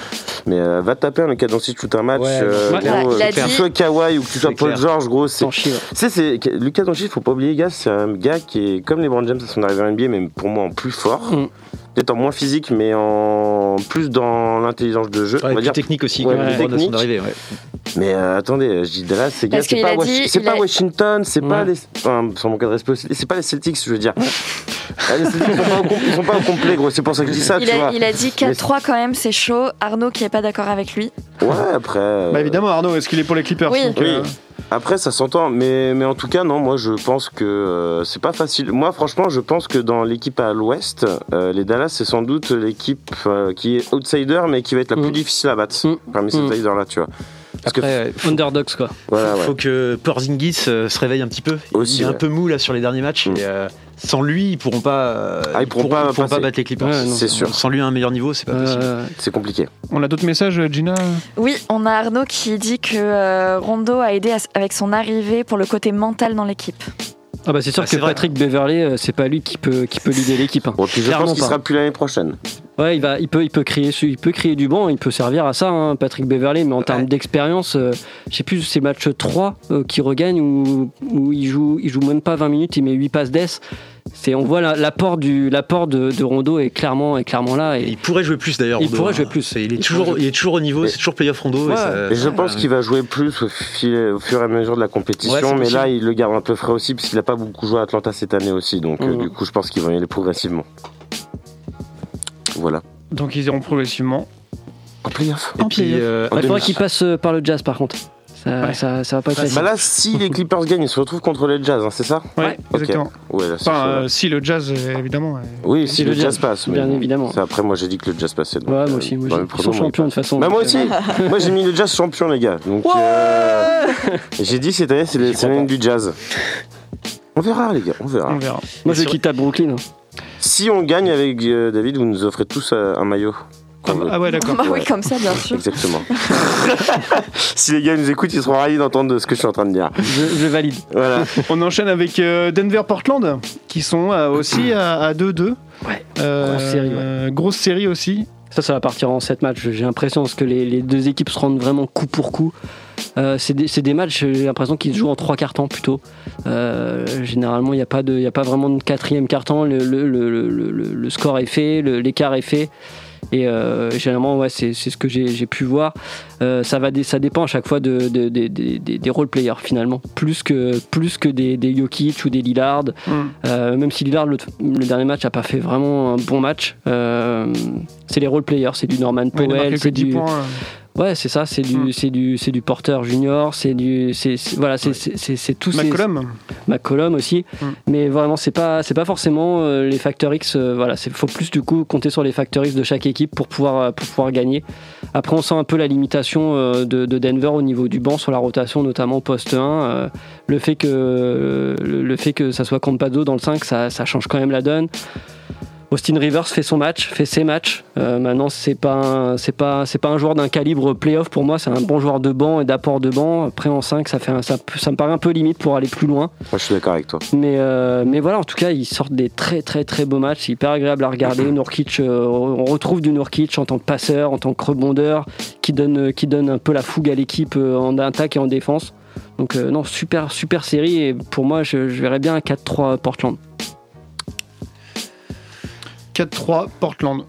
S8: mais euh, va taper un Luka Doncic tout un match,
S11: Mm. Ouais,
S8: euh,
S11: ouais.
S8: gros,
S11: Voilà, il a
S8: euh, que tu
S11: dit-
S8: sois Kawhi ou que tu sois
S11: C'est
S8: Paul
S11: clair.
S8: George, gros, c'est...
S11: T'en chies, ouais.
S8: Tu sais, c'est... que- Luka Doncic, faut pas oublier, gars, c'est un gars qui est comme LeBron James à son arrivée en NBA, mais pour moi en plus fort.
S7: Hum,
S8: Peut-être en moins physique, mais en plus dans l'intelligence de jeu.
S11: Ouais,
S8: on va
S11: plus
S8: dire
S11: technique aussi,
S8: Ouais,
S11: comme
S8: plus
S11: LeBron à son
S8: technique.
S11: arrivée, ouais.
S8: Mais euh, attendez, je dis Dallas, c'est gars,
S10: Parce
S8: c'est
S10: qu'il
S8: pas,
S10: a
S8: Washi-
S10: dit-
S8: c'est
S10: il
S8: pas
S10: a-
S8: Washington, c'est pas les, enfin, sans mon cas de respect, c'est pas les Celtics, je veux dire. Ah, mais c'est- Ils sont pas au com- ils sont pas au complet, gros. C'est pour ça que je
S7: Ah,
S8: dis ça,
S10: il,
S8: tu
S10: a,
S8: vois.
S10: il a dit
S8: Mais-
S10: 4-3 quand même, c'est chaud. Arnaud qui est pas d'accord avec lui.
S8: Ouais, après. euh,
S5: Bah évidemment, Arnaud, est-ce qu'il est pour les Clippers
S10: Oui.
S5: donc, euh,
S8: Oui. Après, ça s'entend, mais, mais en tout cas, non, moi je pense que euh, c'est pas facile. Moi, franchement, je pense que dans l'équipe à l'ouest, euh, les Dallas, c'est sans doute l'équipe euh, qui est outsider, mais qui va être la plus difficile à battre parmi ces
S7: Mm.
S8: outsiders-là, tu vois. Parce que
S7: Après, euh, underdogs quoi.
S8: Voilà, ouais.
S11: Faut que Porzingis euh, se réveille un petit peu.
S8: Aussi,
S11: il est un
S8: ouais. Mm.
S11: peu mou là sur les derniers matchs. et, euh, sans lui, ils pourront pas. euh,
S8: Ah, ils pourront pas passer.
S11: battre les Clippers.
S8: Ouais, non, C'est c'est sûr. sûr.
S11: Sans lui à un meilleur niveau, c'est pas possible.
S7: Euh,
S8: c'est compliqué.
S5: On a d'autres messages, euh, Gina
S10: Oui, on a Arnaud qui dit que euh, Rondo a aidé à- avec son arrivée pour le côté mental dans l'équipe.
S7: Ah bah c'est sûr
S11: Bah,
S7: que
S11: c'est vrai.
S7: Patrick Beverley, euh, c'est pas lui qui peut qui peut leader l'équipe. hein.
S8: Bon, puis je
S7: Clairement
S8: pense qu'il
S7: pas.
S8: sera plus l'année prochaine.
S7: Ouais, il va, il peut, il peut crier, su- il peut crier du banc, il peut servir à ça, hein, Patrick Beverley. Mais en termes d'expérience, euh, je sais plus, c'est match 3 euh, qui regagne où, où il joue, il joue même pas 20 minutes, il met 8 passes d'ess. C'est, on voit la- l'apport du, l'apport de, de Rondo est clairement, est clairement là. Et
S11: Il pourrait jouer plus d'ailleurs.
S7: Il
S11: Rondo,
S7: pourrait
S11: hein.
S7: jouer plus.
S11: C'est- Il est
S7: Il
S11: toujours,
S7: pourrait jouer
S11: il est toujours au niveau.
S8: Mais-
S11: C'est toujours playoff Rondo.
S7: Ouais.
S11: et ça-
S8: Et je
S11: ça-
S7: Euh,
S8: pense qu'il va jouer plus au, fil- au fur et à mesure de la
S11: Ouais,
S8: compétition,
S11: c'est
S8: mais
S11: possible.
S8: là, il le garde un peu frais aussi, parce qu'il n'a pas beaucoup joué à Atlanta cette année aussi. Donc, euh,
S7: Mhm.
S8: du coup, je pense qu'ils vont y aller progressivement. Voilà.
S5: Donc ils iront progressivement.
S8: En playoff.
S11: Et puis, euh,
S7: Ouais, il faudrait
S8: demi-
S7: qu'il passe euh, par le jazz, par contre. Ça,
S5: Ouais.
S7: ça, ça va pas être facile.
S8: Bah là, si les Clippers gagnent, ils se retrouvent contre les Jazz, hein, c'est ça
S5: Ouais,
S7: Ouais.
S8: Ok.
S5: exactement.
S8: Ouais, là, c'est
S5: Enfin,
S8: chaud, là.
S5: euh, si le jazz, euh, évidemment. euh,
S8: Oui, si
S7: si
S8: le
S7: le
S8: Jazz
S7: Jazz,
S8: passe. mais
S7: bien
S8: bon,
S7: évidemment.
S8: ça, après, moi, j'ai dit que le Jazz passait. donc,
S7: Ouais, moi
S8: euh,
S7: aussi, moi,
S8: dans
S7: j'ai-
S8: les
S7: ils
S8: pronos,
S7: sont
S8: on est
S7: champions de toute façon.
S8: Bah moi
S7: donc,
S8: aussi,
S7: euh,
S8: moi j'ai mis le jazz champion les gars. Donc euh, j'ai dit cette année c'est le- c'est l'année du jazz. On verra les gars, on verra.
S5: On verra.
S7: euh, Moi je quitte à Brooklyn. hein.
S8: Si on gagne avec euh, David, vous nous offrez tous euh, un maillot.
S5: Ah, bah- ah ouais, d'accord.
S10: Bah
S8: Ouais.
S10: oui, comme ça, bien sûr.
S8: Exactement. si les gars nous écoutent, ils seront ravis d'entendre ce que je suis en train de dire.
S7: Je, je valide.
S8: Voilà.
S5: On enchaîne avec euh, Denver-Portland, qui sont euh, aussi à à 2-2.
S7: Ouais.
S5: Euh,
S7: Grosse série, ouais.
S5: euh, grosse série aussi.
S7: Ça, ça va partir en 7 matchs. J'ai l'impression parce que les, les deux équipes se rendent vraiment coup pour coup. Euh, c'est des, c'est des matchs, j'ai l'impression qu'ils se jouent en trois quarts temps plutôt. Euh, généralement, il n'y a, pas de- il y a pas vraiment de quatrième quart temps. Le, le, le- le- le- le score est fait, le- l'écart est fait. Et euh, généralement, ouais, c'est c'est ce que j'ai j'ai pu voir. Euh, ça, va, dé- ça dépend à chaque fois de, de- des- des- des- des role players finalement. Plus que, plus que des, des Jokic ou des Lillard.
S5: Mm.
S7: Euh, même si Lillard, le, le dernier match, n'a pas fait vraiment un bon match, euh, c'est les role players, c'est du Norman
S5: Ouais, il a marqué
S7: Powell,
S5: que
S7: c'est
S5: 10
S7: du.
S5: points. euh.
S7: Ouais, c'est ça, c'est du,
S5: Mm.
S7: c'est du, c'est du Porter Junior, c'est du, c'est c'est- voilà, c'est c'est- c'est- c'est tous ces-
S5: McCollum.
S7: McCollum aussi,
S5: Mm.
S7: mais vraiment c'est pas, c'est pas forcément euh, les facteurs X. euh, voilà, c'est faut plus du coup compter sur les facteurs X de chaque équipe pour pouvoir, euh, pour pouvoir gagner. Après, on sent un peu la limitation euh, de, de Denver au niveau du banc sur la rotation, notamment au poste 1. euh, le fait que le, le fait que ça soit Campado dans le 5, ça, ça change quand même la donne. Austin Rivers fait son match, fait ses matchs. Euh, maintenant, c'est pas un- c'est pas c'est pas un joueur d'un calibre playoff pour moi. C'est un bon joueur de banc et d'apport de banc. Après en 5, ça fait un- ça, ça me paraît un peu limite pour aller plus loin.
S8: Moi je suis d'accord avec toi.
S7: Mais, euh, mais voilà, en tout cas, ils sortent des très très très beaux matchs, hyper agréable à regarder.
S11: Mmh.
S7: Nurkic, euh, on retrouve du Nurkic en tant que passeur, en tant que rebondeur, qui donne, euh, qui donne un peu la fougue à l'équipe euh, en attaque et en défense. Donc euh, non, super super série et pour moi, je, je verrais bien un 4-3 Portland.
S5: 4-3, Portland.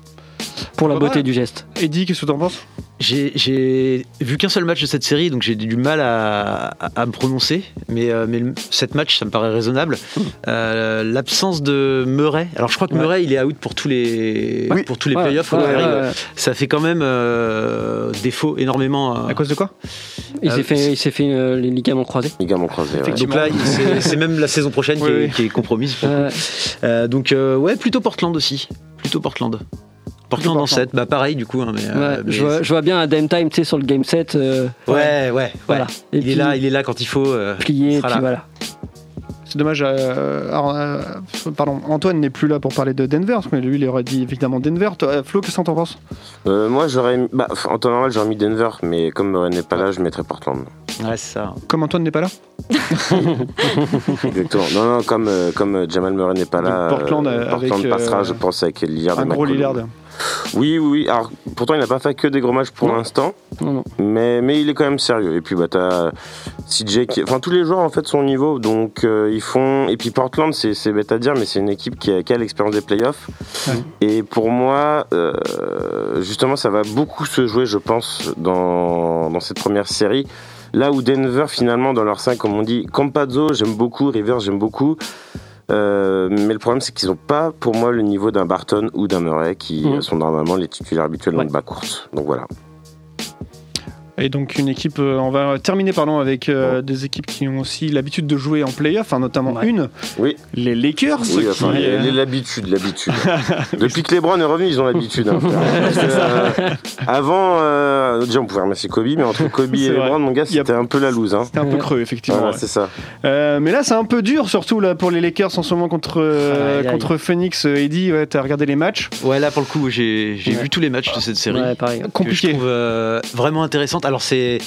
S7: Pour la
S5: Pas
S7: beauté
S5: mal.
S7: du geste.
S5: Eddie, qu'est-ce que t'en penses
S11: J'ai- J'ai vu qu'un seul match de cette série, donc j'ai du mal à, à- à me prononcer. Mais, euh, mais le- cette match, ça me paraît raisonnable. Euh, L'absence de Murray. Alors je crois que
S7: Hmm. Ouais.
S11: Murray, il est out pour tous les
S8: Oui.
S11: pour tous les
S7: Ouais,
S11: playoffs.
S7: ouais,
S11: on arrive.
S7: ouais, ouais.
S11: Ça fait quand même euh, défaut énormément. hein.
S5: À cause de quoi
S7: Il
S11: Euh,
S7: s'est fait, il s'est fait euh, les ligaments croisés.
S8: Les gars m'ont croisé. ouais.
S11: Donc là, il- c'est c'est même la saison prochaine qui,
S5: Ouais,
S11: est,
S5: ouais.
S11: qui est compromise.
S7: Euh,
S11: Euh, donc euh, ouais, plutôt Portland aussi. Plutôt Portland. Portland en
S5: Portland.
S11: 7, bah pareil du coup. hein, mais, euh,
S7: ouais,
S11: mais
S7: je, vois, je vois bien un dame time, tu sais, sur le game set. euh,
S11: Ouais, ouais, ouais.
S7: Voilà. Et
S11: il
S7: puis-
S11: est là, il est là quand il faut. euh, il
S7: Plié,
S11: sera
S7: puis
S11: là.
S7: voilà.
S5: C'est dommage. euh, alors, euh, pardon, Antoine n'est plus là pour parler de Denver, mais lui, il aurait dit évidemment Denver. Toi, euh, Flo, qu'est-ce que t'en penses
S8: Euh, moi j'aurais mis- bah, en temps normal j'aurais mis Denver, mais comme Murray n'est pas là, je mettrais Portland.
S11: Ouais, c'est ça.
S5: Comme Antoine n'est pas là
S8: Exactement. Non non comme euh, comme euh, Jamal Murray n'est pas
S5: Donc,
S8: là.
S5: Portland,
S8: euh,
S5: euh,
S8: Portland
S5: avec,
S8: passera,
S5: euh,
S8: je pense avec Lillard.
S5: Un
S8: et
S5: gros
S8: McCollum.
S5: Lillard.
S8: Oui, oui, oui. Alors, pourtant, il n'a pas fait que des gros matchs pour
S7: Non.
S8: l'instant,
S7: Non, non.
S8: mais, mais il est quand même sérieux. Et puis, bah, t'as CJ qui. Enfin, tous les joueurs, en fait, sont au niveau. Donc, euh, ils font. Et puis, Portland, c'est c'est bête à dire, mais c'est une équipe qui a, qui a l'expérience des playoffs.
S5: Ouais.
S8: Et pour moi, euh, justement, ça va beaucoup se jouer, je pense, dans, dans cette première série. Là où Denver, finalement, dans leur 5, comme on dit, Campazzo, j'aime beaucoup, Rivers, j'aime beaucoup. Euh, mais le problème, c'est qu'ils n'ont pas, pour moi, le niveau d'un Barton ou d'un Murray, qui
S5: Mhm.
S8: sont normalement les titulaires habituels dans le bas course. Donc voilà.
S5: Et donc une équipe, euh, on va terminer pardon, avec euh, des équipes qui ont aussi l'habitude de jouer en playoff, enfin, notamment une,
S8: oui.
S5: les Lakers.
S8: Oui, enfin,
S5: qui,
S8: les-
S5: euh,
S8: les- l'habitude, l'habitude. Depuis que LeBron est revenu, ils ont l'habitude. hein. Parce que, euh, avant, euh, déjà, on pouvait remercier Kobe, mais entre Kobe et
S5: C'est vrai.
S8: LeBron, mon gars, c'était un peu la loose. C'était
S5: un peu creux, effectivement, ouais.
S8: C'est ça.
S5: euh, mais là, c'est un peu dur, surtout là, pour les Lakers en ce moment contre, euh,
S11: Aïe, aïe.
S5: contre Phoenix. Euh, Eddie, ouais, t'as regardé les matchs.
S11: Ouais, là pour le coup, j'ai j'ai
S5: Ouais.
S11: vu tous les matchs de cette série.
S5: Ouais,
S11: que
S5: Compliqué.
S11: Je trouve euh, vraiment intéressante. Alors, c'est.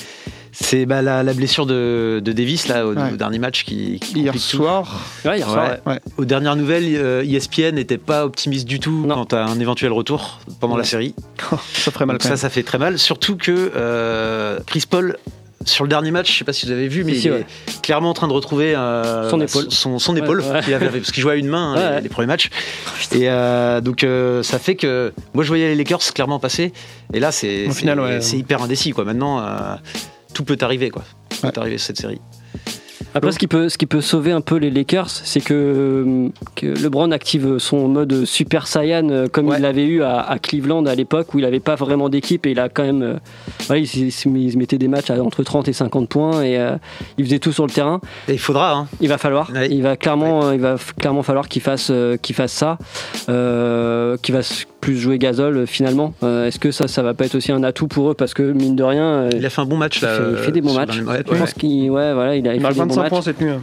S11: C'est bah, la, la blessure de, de Davis là au,
S5: Ouais.
S11: au dernier match qui, qui
S5: Hier
S11: complique tout.
S5: soir.
S11: Ouais,
S5: hier soir, ouais.
S11: Aux dernières nouvelles, euh, ESPN n'était pas optimiste du tout quant à un éventuel retour pendant la série.
S5: ça ferait mal.
S11: Donc ça, ça fait très mal. Surtout que euh, Chris Paul, sur le dernier match, je sais pas si vous avez vu, mais
S7: si,
S11: il
S7: ouais.
S11: est clairement en train de retrouver euh,
S7: Son
S11: bah,
S7: épaule.
S11: Son, son
S7: Ouais,
S11: épaule
S7: ouais.
S11: qu'il avait- parce qu'il jouait à une main hein,
S7: Ouais,
S11: les,
S7: ouais.
S11: les premiers matchs. et euh, donc euh, ça fait que moi je voyais les Lakers clairement passer. Et là, c'est
S5: Au
S11: c'est-
S5: final, ouais.
S11: c'est hyper indécis. Quoi. Maintenant, euh, tout peut arriver. Quoi. Tout peut arriver cette série.
S7: Après, ce qui, peut, ce qui peut sauver un peu les Lakers, c'est que, que LeBron active son mode Super Saiyan euh, comme il l'avait eu à, à Cleveland à l'époque où il n'avait pas vraiment d'équipe et il a quand même. euh, voilà, il, s'est- il se mettait des matchs à entre 30 et 50 points et euh, il faisait tout sur le terrain.
S11: Et il faudra. hein.
S7: Il va falloir. Il va clairement, euh, il va f- clairement falloir qu'il fasse, euh, qu'il fasse ça, euh, qu'il va s- plus jouer Gasol euh, finalement. Euh, Est-ce que ça, ça va pas être aussi un atout pour eux parce que mine de rien, euh,
S11: Il a fait un bon match.
S7: il,
S11: là,
S7: fait, il fait des bons
S11: Euh, sur le
S7: matchs.
S11: dernier- ouais,
S7: Je pense qu'il, ouais, voilà, il a il
S5: Il
S7: fait
S5: marque
S7: des bons
S5: 25
S7: matchs.
S5: points cette nuit. hein.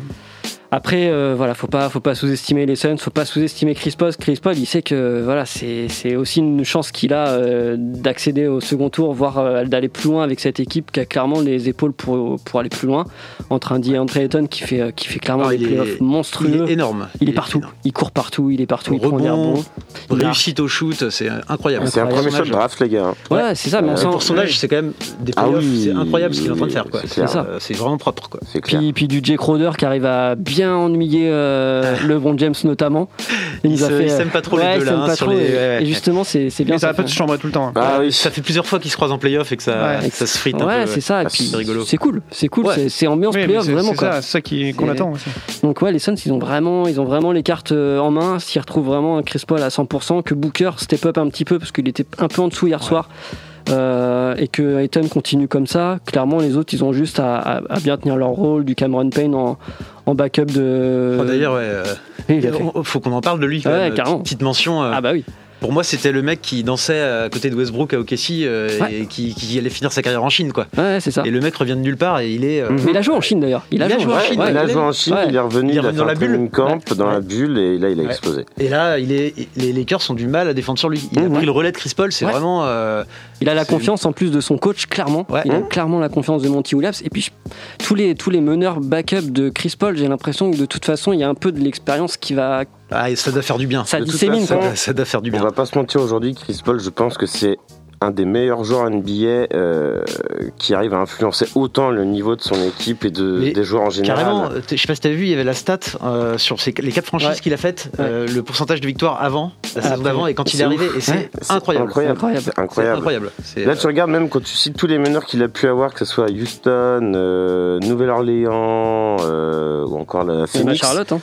S7: Après, euh, voilà, faut pas, faut pas sous-estimer les Suns, faut pas sous-estimer Chris Paul. Chris Paul, il sait que voilà, c'est c'est aussi une chance qu'il a euh, d'accéder au second tour, voire euh, d'aller plus loin avec cette équipe qui a clairement les épaules pour, pour aller plus loin. Entre un Deandre Ayton qui fait, euh, qui fait clairement
S11: Ah,
S7: des
S11: il est-
S7: playoffs monstrueux.
S11: il est énorme.
S7: Il,
S11: Il
S7: est
S11: est
S7: partout. Il court partout, il est partout, il prend des
S11: Rebond,
S7: rebonds. Il marque.
S11: réussite au shoot, c'est incroyable.
S8: C'est un
S11: Incroyable.
S8: premier shot draft, les gars. hein.
S7: Ouais, c'est ça, mais on
S11: Euh,
S7: sent-
S11: pour son âge, c'est quand même des
S8: Ah
S11: playoffs,
S8: oui,
S11: c'est incroyable ce qu'il est en train de faire. quoi.
S8: c'est clair.
S7: C'est ça.
S11: Euh, C'est vraiment propre. Quoi.
S8: C'est clair.
S7: Puis, puis du Jay Crowder qui arrive à bien ennuyer euh, LeBron James notamment.
S11: Ils
S7: nous a
S11: se-
S7: fait,
S11: ils
S7: euh,
S11: s'aiment pas trop les
S7: ouais,
S11: deux,
S7: ils
S11: là,
S7: s'aiment
S11: hein,
S7: pas
S11: sur
S7: trop,
S11: les-
S7: et-
S11: ouais, ouais.
S7: Et justement, c'est c'est bien.
S5: Mais ça va
S7: fait
S5: pas de
S7: un-
S5: chambrer tout le temps. hein.
S8: Ah oui.
S11: euh, Ça fait plusieurs fois qu'ils se croisent en playoff et que ça,
S5: Ouais.
S11: que ça se frite un peu.
S7: Ouais, c'est ça. et
S11: Ah,
S7: puis
S11: c'est rigolo.
S7: C'est cool, c'est cool,
S11: Ouais.
S7: c'est- c'est ambiance
S5: Oui, mais
S7: playoff
S5: c'est-
S7: vraiment.
S5: c'est
S7: quoi.
S5: ça, c'est ça qui- qu'on
S7: C'est-
S5: attend aussi.
S7: Donc ouais, les Suns, ils ont vraiment, ils ont vraiment les cartes euh, en main. S'ils retrouvent vraiment un Chris Paul à 100%, que Booker step up un petit peu parce qu'il était un peu en dessous hier soir. euh, et que Ayton continue comme ça, clairement les autres ils ont juste à, à- à bien tenir leur rôle du Cameron Payne en, en backup de.
S11: Oh, D'ailleurs, ouais, euh,
S7: Oui, il a fait.
S11: on- faut qu'on en parle de lui. quand
S7: Ouais,
S11: même.
S7: carrément.
S11: Petite mention. euh,
S7: Ah bah oui.
S11: Pour moi, c'était le mec qui dansait à côté de Westbrook à OKC euh,
S7: Ouais.
S11: et qui, qui allait finir sa carrière en Chine. Quoi.
S7: Ouais, c'est ça.
S11: Et le mec revient de nulle part et il est. euh,
S7: Mm-hmm. Mais il a joué en Chine d'ailleurs. Il a, joué en Chine.
S8: il a
S7: Ouais.
S8: joué en Chine,
S7: Ouais.
S8: il est
S11: Il
S8: revenu,
S11: est
S8: il a
S11: revenu
S8: fait
S11: dans
S8: un
S11: la bulle.
S8: training camp dans la bulle et là, il a
S11: Ouais.
S8: explosé.
S11: Et là, il est, les Lakers sont du mal à défendre sur lui. Il a pris le relais de Chris Paul, c'est
S7: Mm-hmm. Ouais.
S11: vraiment. euh,
S7: Il a la
S11: c'est-
S7: confiance en plus de son coach, clairement.
S11: Ouais.
S7: Il a
S11: Mmh.
S7: clairement la confiance de Monty Williams. Et puis, je- tous les, tous les meneurs backup de Chris Paul, j'ai l'impression que de toute façon, il y a un peu de l'expérience qui va.
S11: Ah, et ça doit faire du bien.
S7: Ça
S8: De toute
S7: dissémine,
S8: façon,
S7: quoi.
S11: Ça doit faire du
S8: On
S11: bien.
S8: va pas se mentir aujourd'hui, Chris Paul, je pense que c'est un des meilleurs joueurs NBA euh, qui arrive à influencer autant le niveau de son équipe et de,
S11: Mais
S8: des joueurs en général.
S11: Carrément, euh, t'es- je sais pas si t'as vu, il y avait la stat euh, sur ces- les quatre franchises
S7: Ouais.
S11: qu'il a faites, euh, le pourcentage de victoire avant, la saison d'avant et quand il est
S8: C'est
S11: arrivé,
S8: ouf.
S11: et c'est
S8: Ouais.
S11: incroyable.
S8: incroyable.
S7: Incroyable.
S8: C'est
S11: C'est
S8: incroyable.
S11: incroyable. C'est,
S8: Là,
S11: euh,
S8: tu regardes même quand tu cites tous les meneurs qu'il a pu avoir, que ce soit à Houston, euh, Nouvelle-Orléans euh, ou encore la
S7: Même à
S8: Phoenix.
S7: Charlotte, hein.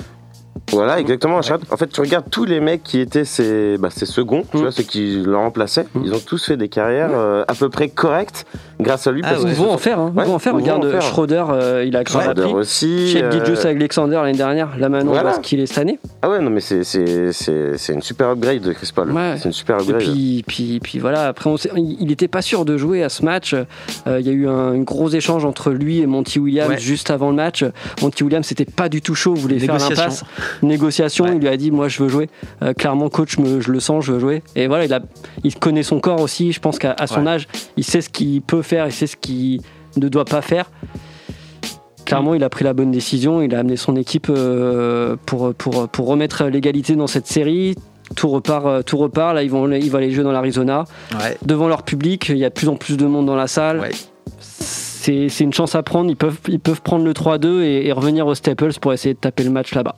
S8: Voilà, exactement. Charlotte. En fait, tu regardes tous les mecs qui étaient ses, bah, ses seconds,
S11: Mm.
S8: tu vois, ceux qui le remplaçaient. Ils ont tous fait des carrières euh, à peu près correctes grâce à lui.
S11: Ah
S8: parce
S11: ouais.
S8: que
S7: Ils vont en faire, hein. Ils
S8: Ouais,
S7: vont en faire.
S8: ils vont
S7: Regarde
S8: en faire.
S7: Schroeder, euh, il a grave
S8: Schroeder
S7: appris.
S8: aussi,
S7: Chez
S8: euh,
S7: Julius Alexander l'année dernière. Là maintenant, on
S8: Voilà.
S7: voit ce qu'il est cette année.
S8: Ah ouais, non, mais c'est- c'est c'est- c'est une super upgrade de Chris Paul.
S7: Ouais.
S8: C'est une super
S7: Et
S8: upgrade.
S7: puis, puis, puis voilà, après, on sait- il n'était pas sûr de jouer à ce match. Euh, Il y a eu un, un gros échange entre lui et Monty Williams
S11: Ouais.
S7: juste avant le match. Monty Williams n'était pas du tout chaud, voulait faire
S11: Négociation.
S7: l'impasse. Négociation, il lui a dit Moi, je veux jouer. Euh, clairement, coach, je me- je le sens, je veux jouer. Et voilà, il, a, il connaît son corps aussi. Je pense qu'à à son
S11: Ouais.
S7: âge, il sait ce qu'il peut faire, il sait ce qu'il ne doit pas faire. Clairement, il a pris la bonne décision. Il a amené son équipe euh, pour, pour, pour remettre l'égalité dans cette série. Tout repart, euh, tout repart. Là, ils vont, ils vont aller jouer dans l'Arizona.
S11: ouais.
S7: Devant leur public, il y a de plus en plus de monde dans la salle.
S11: Ouais.
S7: C'est c'est une chance à prendre. Ils peuvent, ils peuvent prendre le 3-2 et, et revenir aux Staples pour essayer de taper le match là-bas.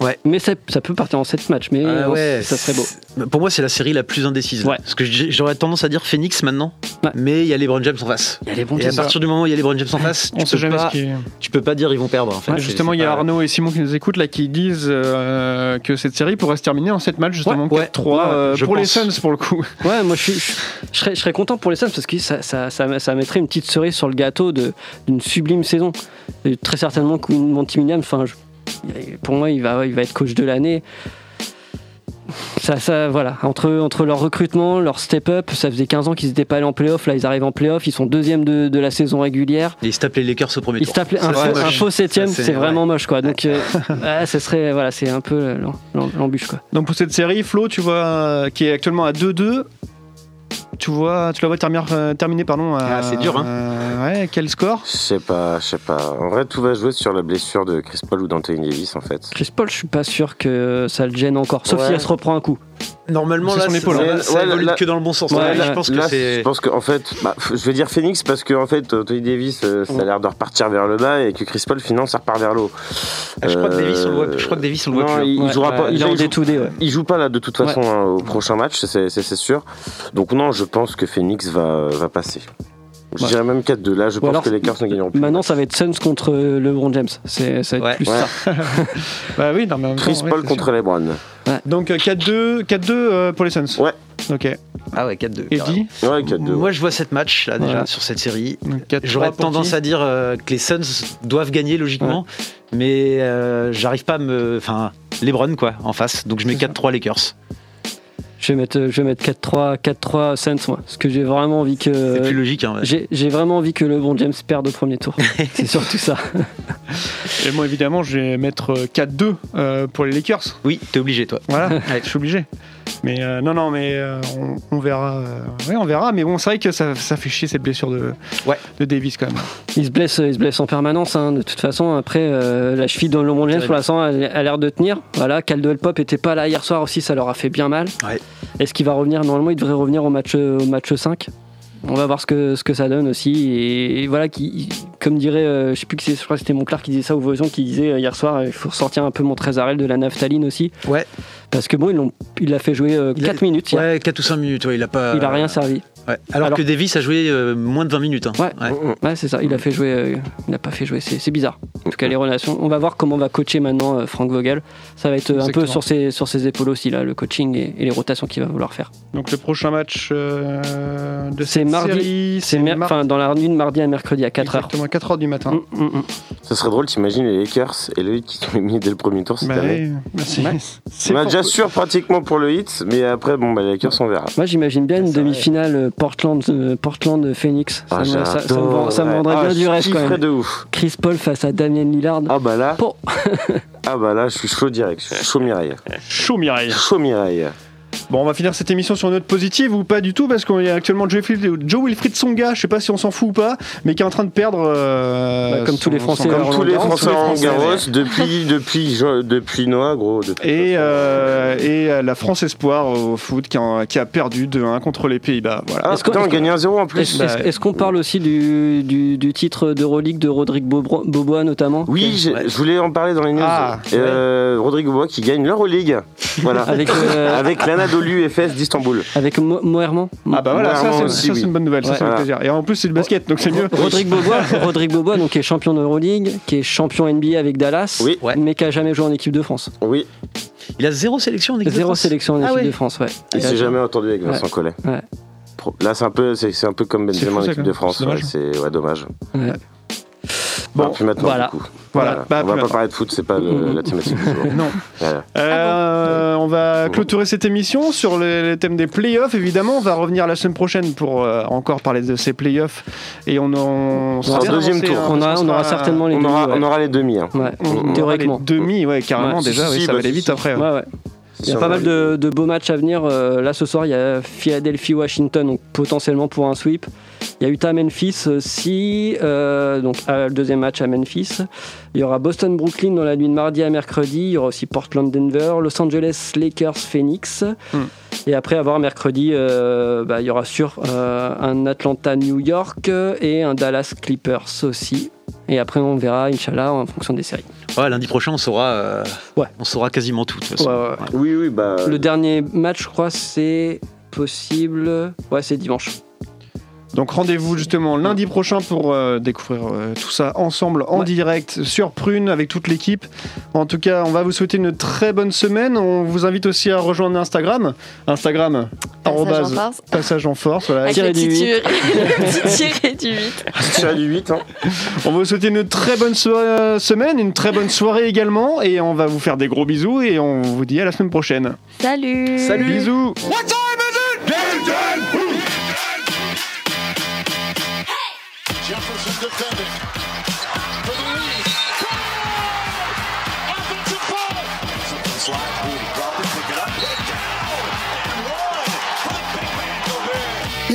S11: Ouais.
S7: Mais ça, ça peut partir en 7 matchs, mais
S11: Ah
S7: euh,
S11: ouais,
S7: ça serait beau.
S11: c'est- Bah, Pour moi, c'est la série la plus indécise. là. Parce que j'ai- j'aurais tendance à dire Phoenix maintenant, mais il y a les Brown James en face.
S7: Il y a les
S5: LeBron
S11: Et à
S5: James.
S11: partir du moment où il y a les Brown James en face,
S5: On
S11: tu,
S5: sait
S11: peux
S5: jamais
S11: pas,
S5: ce qui-
S11: tu peux pas dire ils vont perdre. En fait.
S5: Ouais,
S11: C'est-
S5: justement,
S11: c'est
S5: il y a
S11: pas-
S5: Arnaud et Simon qui nous écoutent là, qui disent euh, que cette série pourrait se terminer en 7 matchs, justement 4-3 euh,
S7: je
S5: pour les
S7: pense.
S5: Suns pour le coup.
S7: Ouais, moi je, suis- je- je serais, je serais content pour les Suns parce que ça, ça, ça, ça mettrait une petite cerise sur le gâteau de- d'une sublime saison. Et très certainement que Monty Williams, enfin, je- pour moi, il va, il va être coach de l'année. Ça, ça, voilà. Entre, entre leur recrutement, leur step-up, ça faisait 15 ans qu'ils n'étaient pas allés en playoff. Là, ils arrivent en playoff, ils sont deuxième de, de la saison régulière.
S11: Et ils se tapent les Lakers au premier
S7: Ils
S11: tour.
S7: se tapent
S11: Ça,
S7: un,
S11: c'est
S7: faux- un
S11: moche.
S7: faux septième,
S11: Ça,
S7: c'est vraiment moche, quoi. Donc, euh, ouais, ça serait, voilà, c'est un peu euh, l'em- l'em- l'embûche, quoi.
S5: Donc pour cette série, Flo, tu vois, euh, qui est actuellement à 2-2. Tu vois, tu la vois terminer, euh, terminer, pardon. À,
S8: Ah, c'est dur, hein.
S5: euh, ouais, quel score
S8: Je sais pas, je sais pas. En vrai, tout va jouer sur la blessure de Chris Paul ou d'Anthony Davis en fait.
S7: Chris Paul, je suis pas sûr que ça le gêne encore, sauf
S8: Ouais.
S7: si elle se reprend un coup.
S11: Normalement,
S7: C'est
S11: là,
S7: son
S11: ça-
S7: épaule,
S11: ça,
S7: hein.
S11: ça
S7: Ouais,
S11: évolue
S7: là-
S11: que dans le bon sens.
S7: Ouais,
S11: Là,
S7: là-
S11: je pense que
S8: Là,
S11: c'est.
S8: je pense qu'en fait, bah, f- je vais dire Phoenix parce que en fait, Anthony Davis, euh, ça a l'air de repartir vers le bas et que Chris Paul finalement ça repart vers le haut.
S11: Ah, je crois que
S8: Euh,
S11: Davis, on le voit- je crois que Davis, on le voit
S8: non,
S11: plus, hein.
S8: Il,
S11: Ouais.
S8: jouera
S11: Ouais,
S8: pas.
S11: il est en
S8: joue-
S11: détoudé, ouais.
S8: Il joue pas là de toute façon hein, au prochain match, c'est c'est- c'est sûr. Donc non, je pense que Phoenix va va passer. Je
S7: Ouais.
S8: dirais même 4-2. Là, je
S7: Ou
S8: pense
S7: alors-
S8: que les Lakers ne gagneront plus.
S7: Maintenant, ça va être Suns contre euh, LeBron James. C'est, ça va être plus
S8: Ouais.
S7: ça.
S5: Bah oui, non, mais en même temps,
S8: Chris
S5: ouais,
S8: Paul
S5: c'est
S8: contre
S5: sûr.
S8: LeBron.
S5: Donc euh, 4-2 4-2 euh, pour les Suns.
S8: Ouais.
S5: Ok.
S11: Ah ouais, 4-2.
S5: Et
S11: carrément.
S5: dit
S8: Ouais, 4-2.
S11: Moi, je vois 7 matchs, là, déjà,
S5: Ouais.
S11: sur cette série.
S5: Donc, 4-3
S11: J'aurais
S5: pour
S11: tendance
S5: qui
S11: à dire euh, que les Suns doivent gagner, logiquement, mais euh, j'arrive pas à me. Enfin, Lebron, quoi, en face. Donc, je mets 4-3 Lakers.
S7: Je vais mettre, euh, je vais mettre 4-3, 4-3 Suns, moi. Parce que j'ai vraiment envie que. euh,
S11: C'est plus logique, hein, ouais.
S7: J'ai, j'ai vraiment envie que LeBron James perde au premier tour. c'est surtout ça.
S5: Et moi, évidemment, je vais mettre euh, 4-2 euh, pour les Lakers.
S11: Oui, t'es obligé, toi.
S5: Voilà,
S11: Ouais.
S5: je suis obligé. Mais euh, non, non, mais euh, on, on verra. euh, ouais, on verra. Mais bon, c'est vrai que ça, ça fait chier cette blessure de, de Davis quand même.
S7: Il se blesse, euh, il se blesse en permanence. hein. De toute façon, après, euh, la cheville de LeBron James,
S5: Terrible.
S7: pour l'instant, elle a l'air de tenir. Voilà, Caldwell Pop était pas là hier soir aussi, ça leur a fait bien mal. Est-ce qu'il va revenir Normalement, il devrait revenir au match, euh, au match 5. On va voir ce que, ce que ça donne aussi. Et, et voilà, qui, comme dirait, euh, je sais plus qui c'est, je crois que c'était Monclar qui disait ça ou Vosion qui disait euh, hier soir, euh, il faut ressortir un peu mon Trésarel de la naphtaline aussi.
S11: Ouais.
S7: Parce que bon, ils l'ont- il l'a fait jouer 4 minutes. hier.
S11: Ouais, 4 ou 5 minutes, ouais, il a pas.
S7: Il a rien servi.
S11: Ouais. Alors,
S7: Alors-
S11: que Davis a joué euh, moins de 20 minutes. hein. Ouais.
S7: Ouais, c'est ça. Il a fait jouer. euh, il n'a pas fait jouer. C'est c'est bizarre. En tout cas, les relations. On va voir comment va coacher maintenant euh, Frank Vogel. Ça va être euh, un peu
S5: Exactement.
S7: sur ses, sur ses épaules aussi, là, le coaching et, et les rotations qu'il va vouloir faire.
S5: Donc le prochain match euh, de
S7: C'est
S5: cette
S7: mardi.
S5: série,
S7: C'est mer-
S5: mardi.
S7: enfin, Mm. dans la nuit de mardi à mercredi à 4h.
S5: Exactement, 4h du matin.
S8: Ce serait drôle, t'imagines les Lakers et le Heat qui sont éliminés dès le premier tour cette
S5: Bah
S8: année.
S5: ouais, merci. C'est
S8: On a
S5: fort
S8: déjà
S5: peu-
S8: sûr pratiquement pour le Heat, mais après, bon, bah, les Lakers, on verra.
S7: Moi, j'imagine bien une demi-finale euh, Portland, euh, Portland Phoenix. Ça,
S8: Ah,
S7: me, ça- ça me
S8: j'adore,
S7: vend- ça me
S8: ouais.
S7: vendrait
S8: Ah,
S7: bien du
S8: je
S7: rêve quand
S8: kifferais
S7: même.
S8: de ouf.
S7: Chris Paul face à Damien Lillard.
S8: Ah bah là.
S7: Bon.
S8: ah bah là, je suis chaud direct. Je suis chaud Mireille.
S5: Chaud Mireille.
S8: Chaud Mireille.
S5: Bon, on va finir cette émission sur une note positive ou pas du tout, parce qu'on y a actuellement Joe, Wilfried- Joe Wilfried Songa, je sais pas si on s'en fout ou pas, mais qui est en train de perdre. euh,
S7: Bah, comme tous
S5: son-
S7: les Français
S5: son-
S7: à
S8: Comme tous les
S5: Roland-Garros,
S8: Français en Garros,
S5: ouais.
S8: depuis, depuis, Jo- depuis Noah, gros. Depuis
S5: Et, euh, et euh, la France Espoir au foot qui, en- qui a perdu 2-1 contre les Pays-Bas. Voilà.
S8: Ah, putain, on gagnait un zéro en plus.
S7: Est-ce est-ce- est-ce qu'on parle aussi du, du, du titre d'Euroleague de Rodrigue Bobro- Bobois notamment
S8: Oui, j'ai- je voulais en parler dans les news.
S7: Ah,
S8: Euh, Rodrigo Bois qui gagne l'Euroleague. Voilà.
S7: Avec, euh,
S8: Avec l'Anadolu FS d'Istanbul.
S7: Avec Mo- Moerman
S5: Ah bah voilà, ça
S8: Clairement
S5: c'est
S8: aussi,
S5: ça, c'est
S8: oui.
S5: une bonne nouvelle, ça
S8: Ouais.
S5: c'est
S8: Voilà.
S5: plaisir. Et en plus c'est du basket, donc c'est mieux.
S7: Rodrigue Bobois, Rodrigue Bobois donc, qui est champion d'Euroleague, qui est champion NBA avec Dallas,
S8: Oui.
S7: mais qui a jamais joué en équipe de France.
S8: Oui.
S11: Il a zéro sélection en équipe de
S7: Zéro
S11: France.
S7: sélection en
S11: Ah
S7: équipe
S11: ouais.
S7: de France, ouais.
S8: Il
S7: a-
S8: s'est jamais entendu avec Vincent
S7: Ouais.
S8: Collet.
S7: Ouais.
S8: Pro- Là, c'est un peu, c'est c'est un peu comme
S5: C'est
S8: Benzema
S5: fou,
S8: en
S5: ça,
S8: équipe
S5: quand
S8: de
S5: même.
S8: France.
S5: C'est dommage.
S8: ouais, C'est ouais, dommage.
S7: ouais.
S5: Bon,
S8: Bon, plus maintenant
S7: voilà.
S8: du coup.
S5: Voilà, bah, plus
S8: on va pas
S5: maintenant.
S8: parler de foot, c'est pas le- la thématique du jour.
S5: Non.
S8: Voilà.
S5: Euh, on va clôturer cette émission sur le, le thème des playoffs. Évidemment, on va revenir la semaine prochaine pour euh, encore parler de ces playoffs. Et on en on
S8: Sur
S5: sera
S8: le
S5: bien
S8: deuxième
S5: avancé,
S8: tour.
S5: hein,
S7: On aura-
S5: parce qu'on
S7: on aura
S5: sera-
S7: certainement les
S8: On
S7: deux.
S8: aura,
S7: ouais.
S8: on aura les demi. Hein.
S7: Ouais,
S5: on aura
S7: théoriquement.
S5: les demi, ouais, carrément
S7: Ouais, si,
S5: déjà,
S8: si,
S5: oui,
S8: si,
S5: ça
S8: bah,
S5: va aller
S8: si,
S5: vite
S8: si.
S5: après. hein. ouais.
S7: Ouais, ouais. Il y a
S8: Si,
S7: pas
S8: on
S7: mal de, de beaux matchs à venir. Euh, là, ce soir, il y a Philadelphie-Washington, donc potentiellement pour un sweep. Il y a Utah-Memphis aussi, euh, donc euh, le deuxième match à Memphis. Il y aura Boston-Brooklyn dans la nuit de mardi à mercredi. Il y aura aussi Portland-Denver, Los Angeles-Lakers-Phoenix. Et après avoir mercredi, euh, bah, il y aura sûr euh, un Atlanta-New York et un Dallas-Clippers aussi. Et après, on verra, Inch'Allah, en fonction des séries.
S11: Ouais, lundi prochain, on saura, euh, on saura quasiment tout. de toute façon.
S8: Oui, oui, bah.
S7: Le dernier match, je crois, c'est possible. Ouais, c'est dimanche.
S5: Donc rendez-vous justement lundi prochain pour euh, découvrir euh, tout ça ensemble en direct sur Prune avec toute l'équipe. En tout cas, on va vous souhaiter une très bonne semaine. On vous invite aussi à rejoindre Instagram. Instagram, arrobase,
S14: force.
S5: passage en force. Voilà,
S14: Avec le petit tiré- le petit tiré du 8.
S8: du 8.
S5: On va vous souhaiter une très bonne so- euh, semaine, une très bonne soirée également. Et on va vous faire des gros bisous et on vous dit à la semaine prochaine.
S14: Salut
S10: Mmh.
S5: Salut. Bisous.
S2: What time is it?
S15: Jefferson defending.
S2: For the lead. Goal! Offensive foul. Something slide through the proper, pick it up, put it down, and run. Put the big man Gobert.